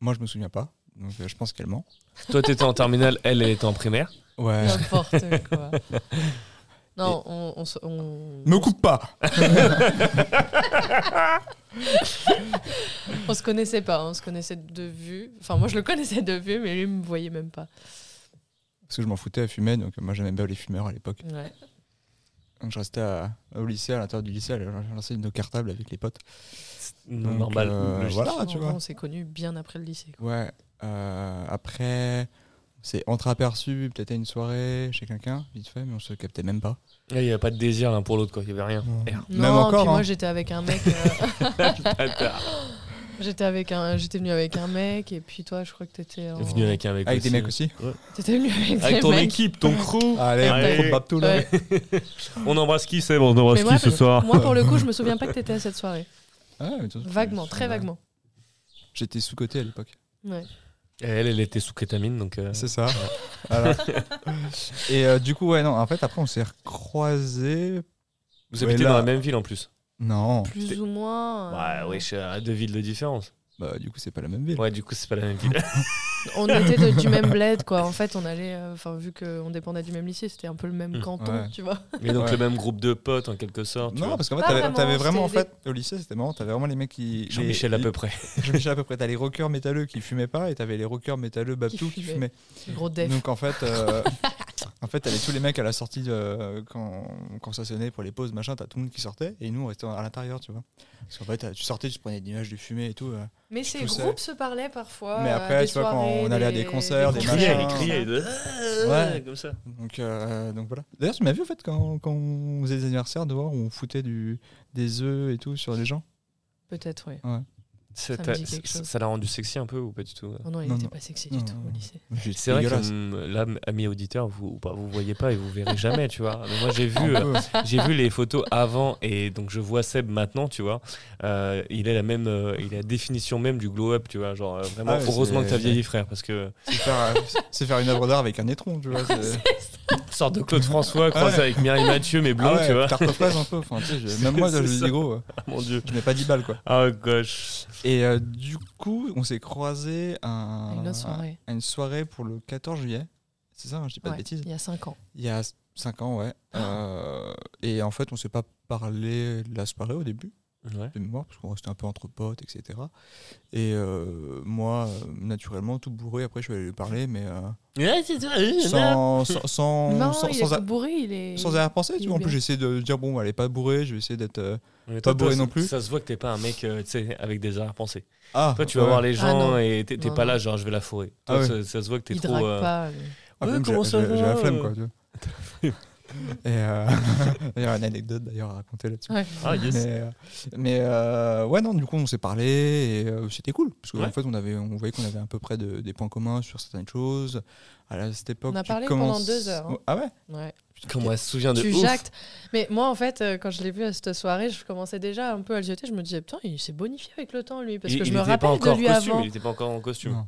C: Moi je me souviens pas, donc euh, je pense qu'elle ment. Euh,
A: Toi t'étais en terminale, elle elle était en primaire.
C: Ouais.
D: N'importe
A: *laughs*
D: quoi. Non, on, on, se- on-
C: Me coupe pas
D: on se connaissait pas, on se connaissait de vue. Enfin, moi je le connaissais de vue, mais lui me voyait même pas.
C: Parce que je m'en foutais, elle fumait, donc euh, moi j'aimais bien les fumeurs à l'époque.
D: Ouais.
C: Donc je restais à- au lycée, à l'intérieur du lycée, elle lançait nos cartables avec les potes. Donc,
A: Normal.
C: euh,
A: logique.
C: voilà, tu
D: En
C: vois.
D: gros, on s'est connus bien après le lycée. quoi.
C: Ouais. euh, après, on s'est entreaperçu, peut-être à une soirée chez quelqu'un, vite fait, mais on se captait même pas.
A: Il n'y avait pas de désir l'un pour l'autre quoi, il n'y avait rien.
C: Non.
A: Merde.
C: Même
D: non,
C: encore,
D: puis
C: hein.
D: moi j'étais avec un mec. euh,
A: Bâtard.
D: *laughs* j'étais avec un, j'étais venu avec un mec, et puis toi, je crois que t'étais. En...
A: Venu avec un mec
C: Avec des mecs aussi
D: T'étais venu
A: *laughs*
D: avec,
A: Avec
D: des
A: ton
D: mecs.
A: équipe, ton crew.
C: Allez,
A: Allez.
C: on prend tout là.
D: Ouais.
A: On embrasse qui c'est bon, On embrasse
D: Mais moi,
A: qui ce
D: je-
A: soir
D: Moi, pour le coup, je me souviens pas que t'étais à
C: *laughs*
D: cette soirée.
C: Ah, mais de toute façon,
D: Vaguement,
C: je-
D: très vaguement.
C: J'étais sous-côté à l'époque.
D: Ouais.
A: Et Elle, elle était sous kétamine donc. euh,
C: C'est ça. Voilà. *laughs* Et euh, du coup, ouais, non, en fait, après, on s'est recroisés.
A: Vous habitez
C: là-
A: dans la même ville en plus.
C: Non.
D: Plus ou moins.
A: Ouais,
D: euh,
A: oui, c'est à deux villes de différence.
C: Bah, du coup, c'est pas la même ville.
A: Ouais, du coup, c'est pas la même ville.
D: euh, On était de-
C: *laughs*
D: du même bled, quoi. En fait, on allait. euh, Enfin, vu qu'on dépendait du même lycée, c'était un peu le même
A: Mm.
D: canton,
C: Hmm. Ouais.
D: tu vois.
A: *laughs* Mais donc
C: Ouais.
A: le même groupe de potes en quelque sorte. tu
C: Non,
A: vois.
C: parce qu'en fait,
D: Pas
C: t'avais-
D: vraiment,
C: t'avais vraiment, en
D: c'était
C: fait, au lycée, c'était marrant, t'avais vraiment les mecs qui.
A: Jean-Michel à peu
C: *laughs*
A: près.
C: près. Jean-Michel à peu près. T'as les rockers métalleux qui fumaient pas et t'avais les rockers métalleux Babtou qui
D: fumaient.
C: fumaient.
D: Gros def.
C: Donc en fait,
D: *laughs*
C: euh, en fait, t'avais tous les mecs à la sortie de- quand, quand ça sonnait pour les pauses, machin, t'as tout le monde qui sortait et nous on restait à l'intérieur, tu vois. Parce qu'en fait, tu sortais, tu te prenais des nuages de fumée et tout. euh.
D: Mais
C: Je
D: ces
C: toussais.
D: groupes se parlaient parfois.
C: Mais
D: euh, à
C: après,
D: des
C: tu vois, quand
D: soirées,
C: on allait à des concerts, des
A: Ils
C: Des
A: criaient,
C: machins.
A: ils criaient.
C: Ouais.
A: Ah, Comme ça.
C: Donc, euh, donc voilà. D'ailleurs, tu m'as vu en fait quand, quand on faisait des anniversaires dehors, on foutait du, des œufs et tout sur les gens.
D: Peut-être, ouais.
A: Ça
D: me
A: t'a-
D: dit quelque
A: ça-
D: chose.
A: ça l'a rendu sexy un peu ou pas du tout euh
D: Oh non, il
C: Non,
D: n'était
C: non.
D: pas sexy
C: Non,
D: du tout
C: non,
D: au
C: non.
D: lycée.
A: C'est vrai que
C: dégueulasse.
A: hum, là, m- amis auditeurs, vous bah, vous voyez pas et vous verrez jamais, tu vois. Mais moi, j'ai vu,
C: Un
A: euh,
C: peu.
A: j'ai vu les photos avant et donc je vois Seb maintenant, tu vois. Euh, il est la même, euh, il a la définition même du glow up, tu vois. Genre euh, vraiment,
C: Ah ouais,
A: heureusement
C: c'est-
A: que t'as vieilli, frère, parce que
C: C'est faire, euh, c'est faire une œuvre d'art avec un étron, tu vois. C'est
A: sorte de Claude François croisé
C: ouais.
A: avec Mireille Mathieu, mais *laughs*
C: Ah
A: blanc,
C: ouais,
A: tu vois.
C: carte aux fraises un peu. Enfin, tu sais, je-
A: *laughs*
C: même moi, je
A: C'est
C: le
A: ça.
C: dis gros, euh,
A: Mon dieu.
C: je n'ai pas 10 balles quoi.
A: Ah gosh.
C: Et euh, du coup, on s'est croisés à, un-
D: À une autre soirée.
C: à une soirée pour le 14 juillet. C'est ça, hein, je dis pas
D: Ouais, Ah.
C: de bêtises.
D: il y a 5 ans.
C: Il y a 5 ans, ouais. Euh, et en fait, on s'est pas parlé de la soirée au début,
A: Ouais.
C: de mémoire, parce qu'on restait un peu entre potes, etc. Et euh, moi, euh, naturellement, tout bourré, après, je suis allé lui parler, mais euh, sans, sans, sans,
D: non,
C: sans,
D: il
C: sans
D: est
C: a-
D: bourré, il est.
C: sans arrière-pensée,
D: il
C: tu
D: est
C: vois. En plus,
D: bien.
C: j'essaie de dire, bon, elle est pas bourrée, je vais essayer d'être. euh,
A: Mais
C: Pas
A: toi,
C: bourré
A: toi,
C: non
A: ça-
C: plus.
A: Ça se voit que t'es pas un mec, euh, tu sais, avec des arrière-pensées.
C: Ah,
A: Toi, tu vas
C: ouais.
A: voir les gens
D: non.
A: et t'es t'es
D: Non,
A: pas
D: non.
A: là, genre je vais la fourrer.
C: Ah
A: Toi,
C: ouais.
A: ça, ça se voit que t'es
D: Il
A: trop.
D: drague
A: euh,
D: pas. mais-
C: Ah,
A: Ouais,
C: même, j'ai-
A: comment ça
C: j'ai-
A: va,
C: J'ai la flemme,
A: euh *laughs*
C: quoi, tu vois. Et euh, *laughs* d'ailleurs, une anecdote d'ailleurs à raconter là-dessus.
D: Ouais.
A: Ah, yes.
C: Mais, euh, mais, euh, ouais, non, du coup, on s'est parlé et euh, c'était cool. Parce qu'en
A: Ouais.
C: fait, on, avait, on voyait qu'on avait à peu près de- des points communs sur certaines choses. À la- cette époque,
D: On a
C: tu
D: parlé
C: commences-
D: pendant deux heures, hein.
C: Ah ouais
D: Ouais.
A: Comment elle se souvient de
D: Tu
A: ouf.
D: jactes. Mais moi, en fait, euh, quand je l'ai vu à cette soirée, je commençais déjà un peu à le jeter. Je me disais, putain, il s'est bonifié avec le temps, lui. Parce
A: il,
D: que je
A: il
D: me
A: était pas
D: rappelle de
A: encore
D: lui
A: costume,
D: avant.
A: Il était pas encore en costume.
C: Non.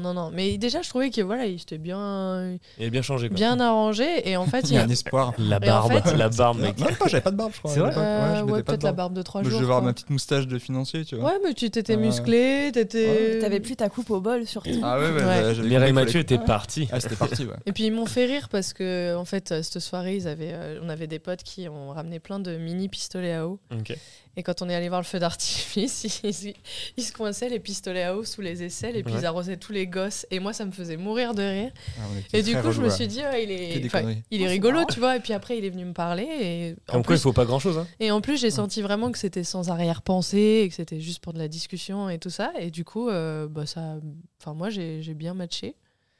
D: Non, non, non. Mais déjà, je trouvais que voilà, il s'était bien,
A: Il est bien changé. Quoi.
D: bien arrangé. Et en fait,
C: Il y a
A: *laughs*
C: un espoir.
A: La
D: Et en
A: barbe,
D: fait-
A: la barbe,
C: Même
A: mec.
C: pas, j'avais pas de barbe, je crois.
A: C'est
C: à
A: vrai
C: l'époque.
D: Euh,
C: je mettais
D: ouais,
C: pas de
D: peut-être la barbe de trois
C: Mais je
D: jours.
C: devais avoir
D: quoi.
C: ma petite moustache de financier, tu vois.
D: Ouais, mais tu t'étais
C: Ouais.
D: musclé, t'étais.
B: Tu T'avais plus ta coupe au bol, surtout.
C: Ah ouais, ouais,
D: Ouais.
C: ouais, j'avais
A: Mireille
C: compris
A: Mathieu
C: qu'il
A: était partie.
C: fallait- Ah, c'était parti, ouais.
D: Et puis ils m'ont fait rire parce que en fait euh, cette soirée ils avaient, euh, on avait des potes qui ont ramené plein de mini pistolets à eau
A: Ok.
D: et quand on est allé voir le feu d'artifice *laughs* ils, ils se coinçaient les pistolets à eau sous les aisselles et puis
A: Ouais.
D: ils arrosaient tous les gosses et moi ça me faisait mourir de rire
C: Ah, on était
D: et du
C: très
D: coup je me
C: relou,
D: suis dit ah, il
C: Que
D: est
C: des
D: enfin,
C: conneries.
D: il
B: Oh,
D: est
B: c'est
D: rigolo
B: marrant.
D: tu vois et puis après il est venu me parler et en
A: Comme quoi, il
D: plus,
A: faut pas grand chose. Hein.
D: et en plus j'ai senti vraiment que c'était sans arrière-pensée et que c'était juste pour de la discussion et tout ça et du coup euh, bah ça enfin moi j'ai j'ai bien matché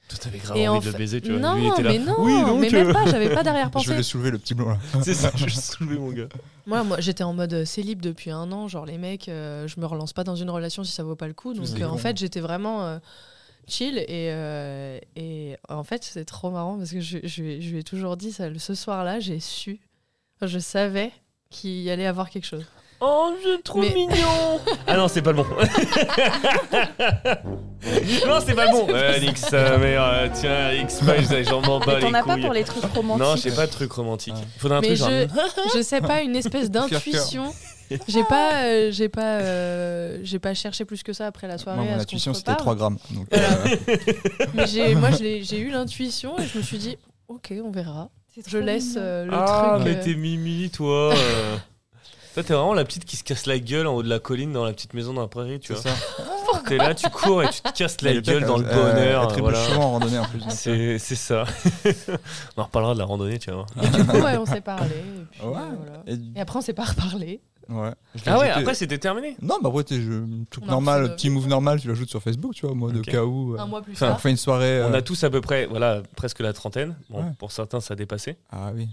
A: Toi, t'avais grave
D: Et en
A: envie de
D: fait-
A: le baiser, tu vois.
D: non
A: Lui, il était là.
D: mais non
A: Oui, donc,
D: mais même
A: euh,
D: pas j'avais pas
C: ouais. *laughs* Je
D: d'arrière-pensée
C: vais le soulever, le petit blond, là.
A: C'est ça, je suis soulevé, mon gars.
D: Moi, moi j'étais en mode euh, célib depuis un an. Genre, les mecs, euh, je me relance pas dans une relation si ça vaut pas le coup. Donc,
C: C'est
D: euh, en
C: con.
D: fait, j'étais vraiment euh, chill. Et, euh, et en fait, c'est trop marrant parce que je, je- je lui ai toujours dit ça. Le- Ce soir-là, j'ai su, Enfin, je savais qu'il y allait avoir quelque chose.
A: Oh, je le trouve *laughs*
D: Mais-
A: mignon Ah non, c'est pas le bon. non, c'est pas le *laughs* bon. Euh, Nix, euh, mais euh, tiens, *laughs* X, j'en m'en bats
B: Mais
A: les couilles.
B: t'en as pas pour les trucs
A: Non, je
B: romantiques.
A: sais pas de truc romantique. Il faudrait un
D: Mais
A: truc genre. *laughs*
D: je, je sais pas, une espèce d'intuition. J'ai pas, euh, j'ai pas, euh, j'ai pas cherché plus que ça après la soirée.
C: Moi,
D: à
C: mon
D: ce qu'on se
C: intuition, c'était
D: reparle.
C: 3 grammes. Donc, euh,
D: Mais j'ai- moi, je l'ai- j'ai eu l'intuition et je me suis dit, ok, on verra.
B: C'est trop
D: Je laisse
B: mignon.
D: euh, le
A: ah,
D: truc.
A: mais
D: euh,
A: t'es mimi, *laughs* toi. euh. toi, t'es vraiment la petite qui se casse la gueule en haut de la colline dans la petite maison dans la prairie, tu
C: c'est
A: vois.
C: ça.
A: T'es là, tu cours et tu te casses la
C: Et
A: gueule
C: pack,
A: dans le
C: euh,
A: bonheur.
C: Très
A: voilà.
C: chaud en randonnée, en plus.
D: Ah,
A: C'est c'est ça. *laughs* On en reparlera de la randonnée, tu vois.
D: Du coup, ouais, on s'est parlé. Et, puis,
C: Ouais.
D: euh, voilà.
C: Et du-
D: Et après, on s'est pas reparlé.
C: Ouais. Je l'ai
A: Ah ouais,
C: ajouté-
A: après, c'était terminé.
C: Non, bah ouais, t'es je- truc
D: On a refait
C: normal,
D: de-
C: petit move normal, tu l'ajoutes sur Facebook, tu vois, moi,
A: Ok.
C: de cas où. euh,
D: Un mois plus
A: Enfin,
C: on
D: tard.
C: fait une soirée.
A: On
C: euh,
A: a tous à peu près, voilà, presque la trentaine. Bon,
C: Ouais.
A: pour certains, ça a dépassé.
C: Ah oui.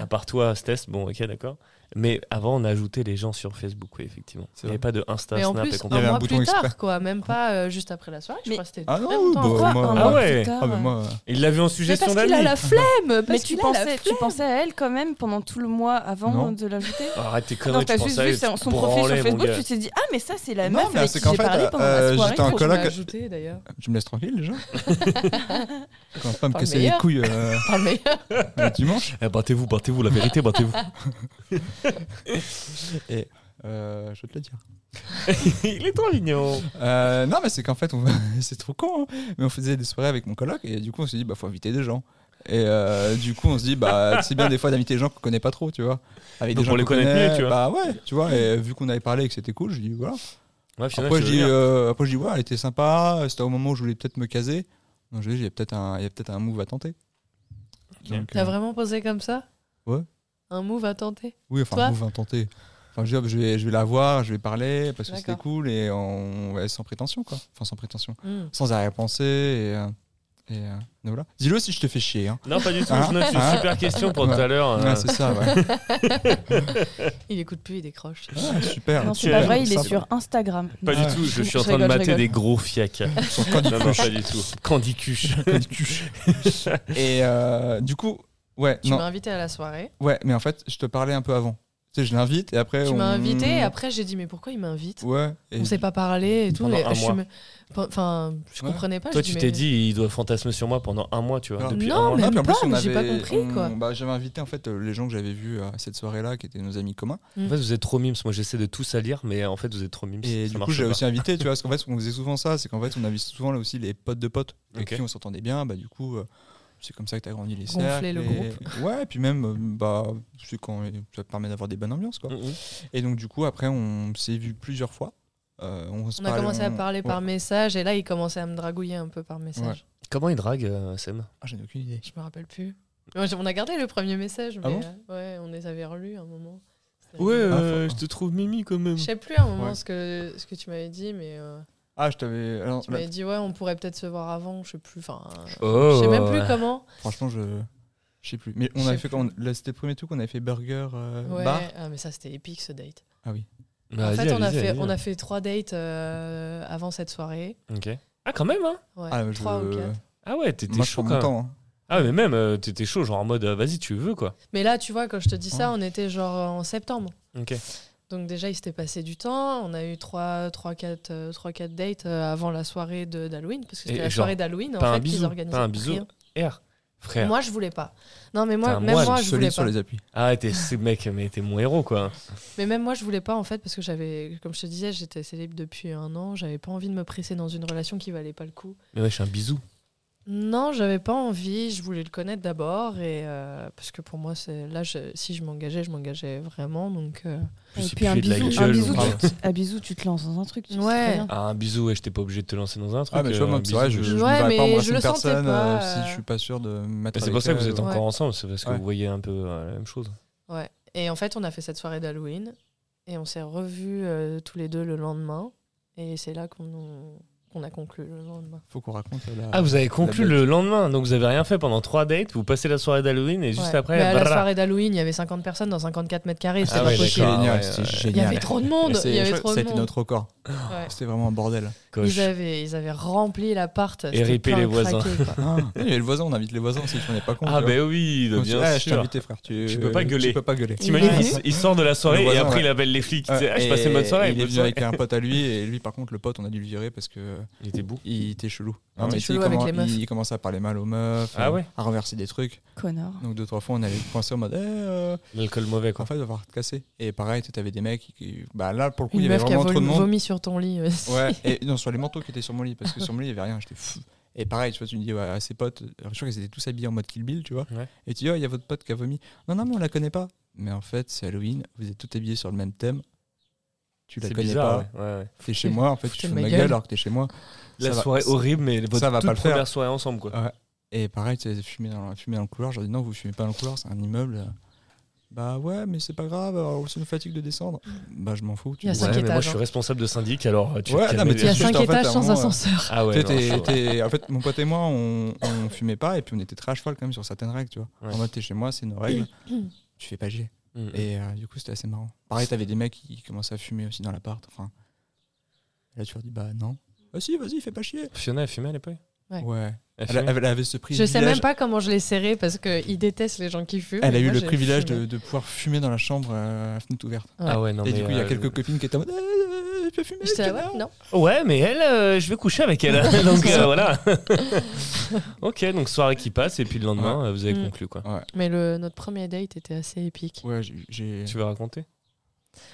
A: À part toi, Stess, bon, ok, d'accord. Mais avant, on a ajouté les gens sur Facebook, oui, effectivement.
C: C'est
A: Il n'y avait pas
C: vrai.
A: de Insta,
D: Mais en
A: Snap et
D: plus,
A: compagnie.
C: Il y avait
D: un
C: un
D: mois
C: bouton
D: plus tard,
C: exprès.
D: quoi. Même pas euh, juste après la soirée. Je
B: Mais-
D: crois que c'était
C: Ah
D: très
C: non,
D: longtemps.
C: bah,
B: Quoi,
C: moi,
B: un
A: Ah
B: mois
A: ouais.
B: plus tard,
C: Ah, mais moi.
A: Il l'avait en
D: Mais
A: suggestion
D: parce qu'il
A: d'amis.
D: a la flemme. Parce
B: Mais tu
D: qu'il a la
B: pensais, tu
D: flemme.
B: pensais à elle quand même pendant tout le mois avant
C: Non.
B: de l'ajouter
A: Oh, Arrête tes
B: Non,
A: conneries,
B: t'as
A: tu
B: juste
A: pensais à
B: vu
A: elle,
B: son
A: tu te
B: son profil
A: branlais,
B: sur
A: mon
B: Facebook,
A: gars.
B: tu t'es dit ah mais ça c'est la
C: Non,
B: meuf
C: mais
B: avec
C: c'est
B: qui
C: qu'en
B: j'ai
C: fait,
B: parlé
C: euh,
B: pendant la
C: euh,
B: soirée.
C: j'étais en
D: Pourquoi tu m'as
C: coloc-
D: ajouté, d'ailleurs. *laughs*
C: Tu me laisses tranquille, déjà Commence pas à me
D: Pas
C: casser
D: le
C: les
D: meilleur.
C: couilles
D: *laughs*
C: euh,
D: Par le meilleur.
C: le dimanche.
A: Eh, battez-vous, battez-vous, la vérité, battez-vous.
C: Euh, je vais te le dire.
A: *laughs* Il est trop mignon.
C: Euh, non, mais c'est qu'en fait, on... *laughs* c'est trop con. hein. Mais on faisait des soirées avec mon coloc et du coup, on s'est dit, bah, faut inviter des gens. Et euh, du coup, on se dit, bah, c'est bien des fois d'inviter des gens qu'on connaît pas trop, tu vois. Avec
A: Donc,
C: des
A: pour
C: gens
A: les
C: qu'on
A: connaître
C: connaît,
A: mieux, tu vois.
C: Bah ouais, tu vois. Et vu qu'on avait parlé et que c'était cool, je dis, voilà.
A: Ouais, finalement,
C: Après
A: tu
C: je,
A: veux
C: dis,
A: venir.
C: euh, après, je dis, ouais, elle était sympa. C'était au moment où je voulais peut-être me caser. Donc, je dis, il y a peut-être un, il y a peut-être un move à tenter.
A: Ok.
C: Donc,
D: T'as
C: euh,
D: vraiment pensé comme ça
C: Ouais.
D: Un move à tenter.
C: euh, Oui, enfin,
D: Toi
C: un move à tenter. Enfin, je, veux dire, je vais, je vais la voir, je vais parler parce que c'était
D: D'accord.
C: cool et on, ouais, sans prétention, quoi. Enfin, sans prétention.
D: Hmm.
C: sans arrière-pensée. Et, euh, et, euh, donc voilà. Dis-le si je te fais chier. Hein.
A: Non, pas du tout.
C: Hein
A: Je note une
C: Hein
A: super question pour tout
C: Ouais.
A: à l'heure.
C: Ouais,
A: euh,
C: c'est ça,
A: *laughs*
C: ouais.
D: Il écoute plus, il décroche.
C: Ah, super.
B: Non c'est
A: tu
B: pas
A: as-
B: vrai, il est
C: Ça,
B: sur Instagram.
A: Pas
C: Ouais.
A: du tout, je suis
B: Je
A: en train de
B: rigole, je
A: mater
B: rigole.
A: des gros *laughs* fiacs.
C: Son candy
A: Non, non, pas du *laughs* tout. Candicuche.
C: crush. Et euh, du coup, ouais,
D: Tu
C: non,
D: m'as invité à la soirée.
C: ouais, mais en fait, je te parlais un peu avant. Tu sais, je l'invite et après.
D: Tu m'as
C: on-
D: invité et après, j'ai dit, mais pourquoi il m'invite
C: Ouais. Et
D: On s'est pas parlé et tout.
A: Pendant
D: et
A: un
D: je
A: mois.
D: me- Enfin, je
C: Ouais.
D: comprenais pas.
A: Toi,
D: je dis,
A: tu
D: mais-
A: t'es dit, il doit fantasmer sur moi pendant un mois, tu vois.
C: Non.
A: Depuis
D: Non,
A: un mois.
D: mais-
C: Ah, Non, puis en
D: même
C: plus,
D: pas,
C: on
D: mais j'ai pas
C: avait-
D: compris, quoi.
C: on- bah, J'avais invité en fait euh, les gens que j'avais vus à cette soirée-là, qui étaient nos amis communs.
A: En fait, vous êtes trop mimes. Moi, j'essaie de tout salir, mais en fait, vous êtes trop mimes.
C: Et
A: ça
C: du
A: marche
C: coup, j'ai
A: pas.
C: aussi invité, tu vois,
A: *laughs*
C: parce qu'en fait, on faisait souvent ça, c'est qu'en fait, on avait souvent là aussi les potes de potes, avec
A: Ok.
C: qui on s'entendait bien, bah du coup, euh, c'est comme ça que t'as grandi les
D: Gonfler
C: cercles.
D: le
C: et- Ouais, et puis même, euh, bah, c'est quand ça te permet d'avoir des bonnes ambiances, quoi.
A: Mhm.
C: Et donc, du coup, après, on s'est vu plusieurs fois. Euh, on se
D: On a
C: parlait-
D: commencé à parler par
C: Ouais.
D: message et là il commençait à me dragouiller un peu par message.
A: Comment il drague, euh, Sam
C: Ah, j'en ai aucune idée.
D: Je me rappelle plus. Ouais, On a gardé le premier message, mais
C: Ah
D: euh, ouais, on les avait relus à un moment. C'était-
A: Ah,
C: euh, je
A: te trouve mimi quand même.
D: Je sais plus à un moment
C: Ouais.
D: ce, que, ce que tu m'avais dit, mais euh,
C: Ah, je t'avais. alors,
D: tu
C: là,
D: m'avais dit ouais on pourrait peut-être se voir avant, je sais plus. Enfin, euh,
A: Oh.
D: je sais même plus comment.
C: franchement, je. Je sais plus. Mais on
D: Je
C: a
D: sais
C: fait
D: plus.
C: quand on- là, c'était le premier truc qu'on avait fait burger euh,
D: Ouais,
C: bar.
D: ah, mais ça c'était épique ce date.
C: Ah oui.
A: Bah,
D: en
A: vas-y,
D: fait, on a
A: allez-y,
D: fait,
A: allez-y.
D: on a fait trois dates euh, avant cette soirée.
A: Ok. Ah, quand même, hein
D: Ouais,
C: Ah, je-
D: trois ou quatre.
A: Ah ouais, t'étais
C: Moi, je
A: chaud
C: prends
A: quand
C: mon
A: même.
C: temps. hein.
A: Ah, mais même, euh, t'étais chaud, genre en mode, euh, vas-y, tu veux, quoi.
D: Mais là, tu vois, quand je te dis ça, on était genre en septembre.
A: Ok.
D: Donc déjà, il s'était passé du temps. On a eu 3 trois, quatre, euh, trois, quatre dates euh, avant la soirée de- d'Halloween. Parce que
A: Et
D: c'était la
A: genre,
D: soirée d'Halloween, en
A: pas un
D: fait,
A: bisou,
D: qu'ils organisaient.
A: pas un bisou.
D: Rien.
A: R, frère.
D: Moi, je voulais pas. Non,
A: T'es
D: mais
A: un
D: moi, même
A: moine,
D: moi, je voulais
C: Solide
D: pas.
C: sur les appuis.
A: Ah, t'es, c'est- mec, mais t'es mon héros, quoi.
D: Mais même moi, je voulais pas, en fait, parce que j'avais, comme je te disais, j'étais célèbre depuis un an. J'avais pas envie de me presser dans une relation qui valait pas le coup.
A: Mais ouais, je suis un bisou.
D: Non, j'avais pas envie. Je voulais le connaître d'abord. Et euh, parce que pour moi, c'est là, je- si je m'engageais, je m'engagegeais vraiment. Donc. euh,
A: Je
B: Et
A: sais
B: puis
A: plus,
B: un
A: j'ai de la
B: bisou, un
A: gueule,
B: bisou,
A: ou pas.
B: tu, un bisou, tu te lances dans un truc. Tu sais
D: Ouais.
B: très bien.
A: Ah, un bisou, ouais, j'étais pas obligé de te lancer dans un truc.
C: Ah, mais tu
A: euh,
C: vois, moi,
A: un
C: c'est
A: bisou,
C: vrai,
A: je-
C: je je
D: Ouais,
C: ne verrais
D: mais
C: pas
D: je
C: embrasser
D: le
C: une
D: sentais
C: personne
D: pas,
C: euh, si je
D: euh.
C: suis pas sûr de me mettre
A: Mais c'est
C: avec
A: pour ça que vous
C: elle,
A: êtes
C: euh,
D: Ouais.
A: encore ensemble, c'est parce que
C: Ouais.
A: vous voyez un peu euh, la même chose.
D: Ouais. Et en fait, on a fait cette soirée d'Halloween et on s'est revus euh, tous les deux le lendemain. Et c'est là qu'on qu'on a conclu le lendemain.
C: Faut qu'on raconte euh, la.
A: Ah, vous avez conclu
C: la
A: le lendemain, donc vous avez rien fait pendant trois dates, vous passez la soirée d'Halloween et juste
D: Ouais.
A: après.
D: Mais à la
A: brrra.
D: soirée d'Halloween, il y avait 50 personnes dans 54 mètres carrés. C'était
A: Ah
D: pas
A: ouais,
D: possible.
A: d'accord.
C: Génial,
A: ouais,
C: c'était
A: ouais.
D: Il y
C: génial.
D: avait trop de monde.
C: Et c'est-
D: Il y
C: je
D: avait
C: crois que
D: trop
C: Ça
D: de
C: a été
D: monde.
C: notre record.
D: Ouais.
C: C'était vraiment un bordel.
A: Coche.
D: Ils avaient, ils avaient rempli l'appart. C'était
A: ripé
D: plein
A: les
D: de
A: voisins.
C: *laughs*
D: craqués, quoi.
C: Ah, il y a le voisin, on invite les voisins si tu n'en es pas con.
A: Ah,
C: tu
A: ben oui,
C: vois. Comme
A: bien
C: ça, Ah, Je t'ai
A: sûr.
C: invité, frère. Tu,
A: Tu peux pas gueuler.
C: Tu peux pas gueuler.
A: T'imagines,
D: Ouais.
A: il, s- il sort de la soirée
C: Le voisin,
A: et après
C: ouais.
A: il appelle les flics. tu sais, ah, je
C: Et
A: passais une bonne soirée.
C: Il est
A: bonne
C: venu
A: soirée.
C: avec un pote à lui, et lui, par contre, le pote, on a dû le virer parce que
A: Il était beau.
C: il était chelou.
A: Ah, il
C: Non, mais
D: était
C: tu sais,
D: chelou avec
C: comment-
D: les meufs.
C: il commençait à parler mal aux meufs,
A: Ah
C: euh,
A: ouais.
C: à renverser des trucs.
B: Connard.
C: Donc, deux, trois fois, on allait penser en mode, eh, euh,
A: L'alcool mauvais, quoi.
C: en fait, il va falloir te casser. Et pareil, tu avais des mecs qui. Bah là, pour le coup,
D: Une
C: il y avait
D: meuf qui a
C: vraiment trop de
D: vol-
C: monde.
D: vomi sur ton lit. euh, aussi.
C: Ouais, et non, sur les manteaux qui étaient sur mon lit, parce que sur mon lit, il n'y avait rien. J'étais fou. Et pareil, tu vois, tu me dis ouais, à ses potes, alors, je crois qu'ils étaient tous habillés en mode Kill Bill, tu vois.
A: Ouais.
C: Et tu dis, oh, il y a votre pote qui a vomi. Non, non, mais on la connaît pas. Mais en fait, c'est Halloween, vous êtes tous habillés sur le même thème. Tu la
A: C'est
C: connais
A: bizarre.
C: pas.
A: ouais, ouais, ouais.
C: T'es chez moi, en fait, tu te
D: Foutez
C: fous de
D: ma
C: ma
D: gueule.
C: gueule alors que t'es chez moi.
A: La
C: Ça va-
A: soirée
C: ça-
A: horrible, mais votre
C: ça va
A: toute
C: pas le faire.
A: première soirée ensemble, quoi.
C: Et pareil, tu sais, fumé dans, fumé dans le couloir. Je leur dis, non, vous fumez pas dans le couloir, c'est un immeuble. Bah ouais, mais c'est pas grave, alors ça nous fatigue de descendre.
D: Mm.
C: Bah je m'en fous.
D: Il y a
C: me
D: cinq
A: Ouais,
C: vois.
A: mais moi
D: étages,
A: je suis
D: hein.
A: responsable de syndic, alors tu
C: Ouais,
A: vas te
C: non,
A: calmer,
C: mais
D: *laughs* Il y
A: bien
D: a
C: t'es-
A: sûr.
D: cinq
C: Juste, en fait,
D: étages
C: à un
D: sans
C: moment, euh,
D: ascenseur.
A: Ah ouais.
C: Tu sais,
A: non, je
C: t'es-
A: suis-
C: t'es- en fait, mon pote et moi, on, on fumait pas et puis on était très à cheval quand même sur certaines règles, tu vois.
A: Ouais.
C: En mode, t'es chez moi, c'est nos règles, tu fais pas G.
A: Mm.
C: Et euh, du coup, c'était assez marrant. Pareil, t'avais des mecs qui commençaient à fumer aussi dans l'appart. Enfin, là, tu leur dis, bah non. Ah si, vas-y, fais pas chier.
A: Fiona, elle fumait à l'époque
D: Ouais.
C: Ouais.
A: Elle
C: Elle,
A: fumait
C: elle avait ce
D: Je
C: privilège.
D: sais même pas comment je l'ai serré parce qu'ils détestent les gens qui fument.
C: Elle a
D: et
C: eu
D: moi,
C: le
D: j'ai
C: privilège
D: fumé.
C: de, de pouvoir fumer dans la chambre euh, à la fenêtre ouverte.
A: Ah ouais, non,
C: et
A: mais,
C: du coup, il y a
A: euh,
C: quelques copines qui étaient en mode, euh, je peux fumer.
D: J'étais là,
C: connard.
D: ouais, non.
A: Ouais, mais elle, euh, je vais coucher avec *laughs* elle. donc euh, voilà. *laughs* ok, donc soirée qui passe et puis le lendemain, euh, vous avez
D: Mm.
A: conclu quoi.
D: Mais le, notre premier date était assez épique.
C: Ouais, j'ai- j'ai.
A: Tu veux raconter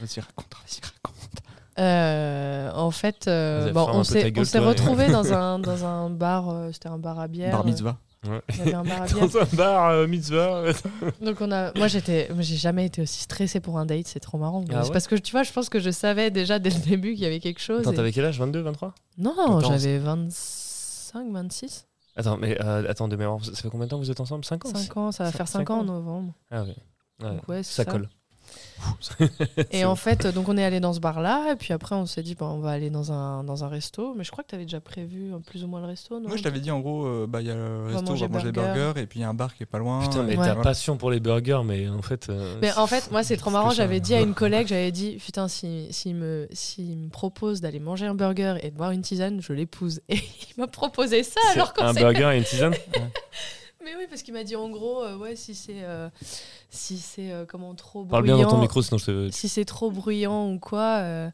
C: Vas-y, raconte, vas-y, raconte.
D: Euh, en fait, euh,
A: Vas-y,
D: bon,
A: ferme un
D: on
A: peu ta
D: s'est on
A: gueule,
D: s'est
A: toi, et-
D: retrouvés
A: *laughs*
D: dans un, dans un bar, euh, c'était un bar à bière.
C: Bar mitzvah.
D: euh, il y avait
A: *laughs*
D: un bar à bière.
A: Dans un bar euh, mitzvah.
D: Donc on a, moi j'étais, moi, j'ai jamais été aussi stressée pour un date, c'est trop marrant.
A: Ah
D: C'est
A: ouais
D: parce que tu vois, je pense que je savais déjà dès le début qu'il y avait quelque chose.
A: Attends,
D: et-
A: t'avais quel âge 22, 23
D: Non,
C: 14.
D: j'avais 25, 26,
A: Attends, mais euh, attends, de mémoire, ça fait combien de temps que vous êtes ensemble 5 ans
D: 5 ans, ça va
A: Cin-
D: faire 5
A: cinq
D: ans en
A: ans.
D: novembre.
A: Ah ouais. Ouais.
D: Donc ouais, c'est
A: Ça colle.
D: Et en fait, donc on est allé dans ce bar-là, et puis après on s'est dit, bah, on va aller dans un, dans un resto. Mais je crois que tu avais déjà prévu euh, plus ou moins le resto, non
C: Moi, je t'avais dit en gros, euh, bah, il y a le resto, on
D: manger
C: va manger des
D: burger.
C: burgers, et puis il y a un bar qui est pas loin.
A: Putain, mais
C: Et
D: Ouais.
A: ta
C: voilà.
A: passion pour les burgers, mais en fait. euh,
D: Mais en fait, moi, c'est trop marrant.
A: que ça.
D: J'avais dit à une collègue, j'avais dit, putain, si, si me, s'il me propose d'aller manger un burger et de boire une tisane, je l'épouse. Et *laughs* il m'a proposé ça
A: c'est
D: alors qu'on
A: Un
D: s'est...
A: burger et une tisane
D: Mais oui, parce qu'il m'a dit en gros, euh, ouais, si c'est, euh, si c'est euh, comment trop
A: Parle bien dans ton
D: bruyant,
A: micro, sinon je te.
D: si c'est trop bruyant ou quoi, euh,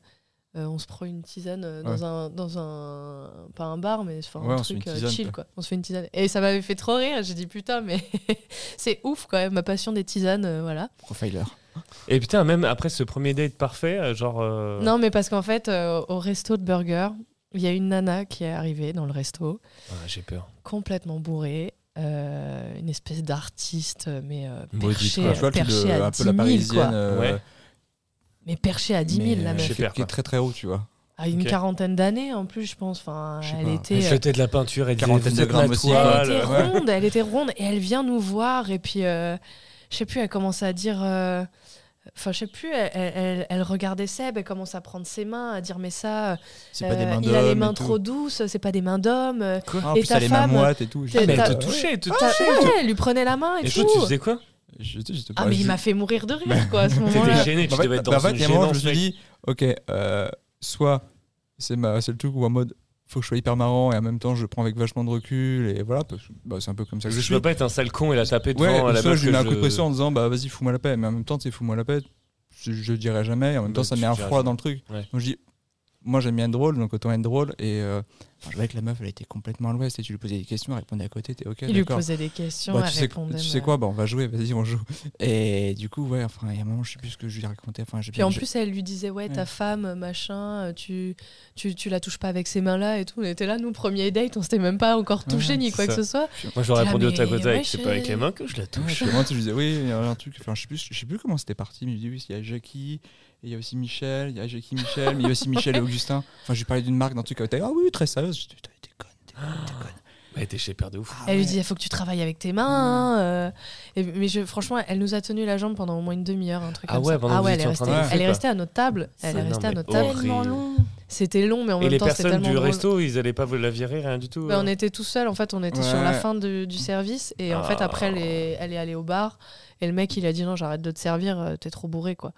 D: euh, on se prend une tisane euh, dans
C: Ouais.
D: un, dans un, pas un bar, mais enfin
C: Ouais,
D: un
C: on se fait
D: truc
C: une
D: euh,
C: tisane,
D: chill,
C: quoi.
D: quoi. On se fait une tisane. Et ça m'avait fait trop rire. J'ai dit putain, mais *laughs* c'est ouf quand même ma passion des tisanes, euh, voilà.
C: Profiler.
A: Et putain, même après ce premier date parfait, euh, genre. euh,
D: Non, mais parce qu'en fait, euh, au resto de burger, il y a une nana qui est arrivée dans le resto,
A: ah, J'ai peur.
D: complètement bourrée, euh, une espèce d'artiste, mais euh,
A: Maudite,
D: perchée,
A: quoi.
C: Tu vois, le truc de-
D: perchée à
C: un peu la
D: 10 000,
C: parisienne.
D: quoi.
C: euh,
A: Ouais.
D: Mais perchée à 10 000,
C: mais,
D: la
C: euh,
A: Chez
D: meuf.
C: Qui
A: Père,
C: qui est
A: quoi.
C: très très haut, tu vois.
D: À une
A: Ok.
D: quarantaine d'années, en plus, je pense. Enfin,
C: Je sais
D: elle
C: pas.
A: Elle
D: était... euh,
A: jetait de la peinture, elle disait.
C: quarantaine
A: vous
C: de
A: êtes
C: grammes
A: ma
C: aussi,
A: toile.
D: Elle était
C: Ouais.
D: ronde, elle était ronde et elle vient nous voir et puis euh, je sais plus, elle commençait à dire euh, Enfin, je sais plus, elle, elle- elle regardait Seb, elle commence à prendre ses mains, à dire Mais ça,
C: C'est pas des
D: euh,
C: mains
D: il a les
C: d'homme
D: mains
C: et tout.
D: trop douces, c'est pas des mains d'homme. euh,
C: Ah, en
D: Et
C: plus,
D: ta
C: elle est main
D: femme,
C: moite et tout.
D: t'es-
C: J'étais-
A: Mais elle
D: t'as-
A: te touchait, elle te
D: Ah,
A: touchait.
D: ouais, elle lui prenait la main et,
A: Et
D: tout.
A: toi, tu faisais quoi Bah,
C: j'étais- j'étais
D: Ah,
C: pas-
D: mais il
C: je-
D: m'a fait mourir de rire,
A: *laughs*
D: quoi, à ce
A: T'étais
D: moment-là.
A: gêné, tu
C: Bah, en fait,
A: devais être
C: bah,
A: dans
C: en fait,
A: une
C: il y a un moment,
A: gênance.
C: je me suis dit, ok, euh, soit c'est ma- c'est le truc où en mode faut que je sois hyper marrant et en même temps je prends avec vachement de recul et voilà, parce que, bah, c'est un peu comme ça que je,
A: Je
C: suis.
A: peux pas être un sale con et la taper devant
C: ouais,
A: à la
C: soit
A: meuf
C: je
A: que
C: lui mets un coup de
A: je-
C: pression en disant bah vas-y fous-moi la paix, mais en même temps tu sais, fous-moi la paix, je, je le dirai jamais et en même
A: Ouais,
C: temps ça
A: tu
C: met
A: le
C: un
A: diras
C: froid
A: jamais.
C: dans le truc.
A: Ouais.
C: Donc je dis, moi j'aime bien être drôle donc autant être drôle et euh, enfin, je voyais que la meuf elle était complètement à l'ouest et tu lui posais des questions, elle répondait à côté, t'es ok,
D: Il lui
C: d'accord.
D: posait des questions,
C: Bah,
D: elle
C: tu, sais,
D: répondait.
C: tu
D: mais-
C: sais quoi, bah, on va jouer, vas-y, on joue. Et du coup, ouais, enfin, il y a un moment, je sais plus ce que je lui racontais. Enfin, j'ai
D: Puis en
C: j'ai-
D: plus, elle lui disait Ouais, ta
C: Ouais.
D: femme, machin, euh, tu, tu, tu la touches pas avec ces mains-là et tout. On était là, nous, premier date, on s'était même pas encore touché
C: Ouais,
D: ni
A: c'est
D: quoi que
A: ça.
D: ce soit.
A: Moi, j'aurais
D: Ah,
A: répondu au tac au
D: mais
A: tac.
D: ouais,
A: C'est
D: je-
A: pas avec les mains que je la
C: Ouais,
A: touche.
C: puis vraiment, tu sais, je
D: *laughs*
C: disais, oui, il y a un truc, enfin, je sais plus, je sais plus comment c'était parti, mais il me dit, oui, il y a Jackie, et il y a aussi Michel, il y a Jackie, Michel, mais il y a
D: *laughs*
C: aussi Michel et Augustin. Enfin, je lui parlais d'une marque, d'un truc, elle était, ah oui, très sérieuse. Je dis, putain, t'es conne, t'es conne, t'es conne.
A: Bah, Elle était chez Père de ouf.
C: Ah
D: Elle lui
C: ouais.
D: dit, il faut que tu travailles avec tes
A: Mm.
D: mains. hein, euh. Et- mais je, franchement, elle nous a tenu la jambe pendant au moins une demi-heure, un truc
A: Ah
D: comme
A: ouais,
D: ça.
A: pendant que vous
D: elle, est
A: étiez en train
D: restée,
A: de bouffer,
D: elle est
A: quoi.
D: restée à notre table. Elle est
A: Non,
D: restée à
A: mais
D: notre table.
B: Tellement
A: Horrible.
B: long.
D: C'était long, mais en
A: Et
D: même
A: les
D: temps, c'était
A: personnes
D: tellement
A: du
D: drôle.
A: resto, ils allaient pas vous la virer, rien du tout.
D: Bah,
A: euh.
D: on était tout seul en fait, on était
C: Ouais,
D: sur la
C: ouais.
D: fin de- du service et en
A: Ah.
D: fait après elle est, elle est allée au bar et le mec il a dit non j'arrête de te servir, euh, t'es trop bourré quoi.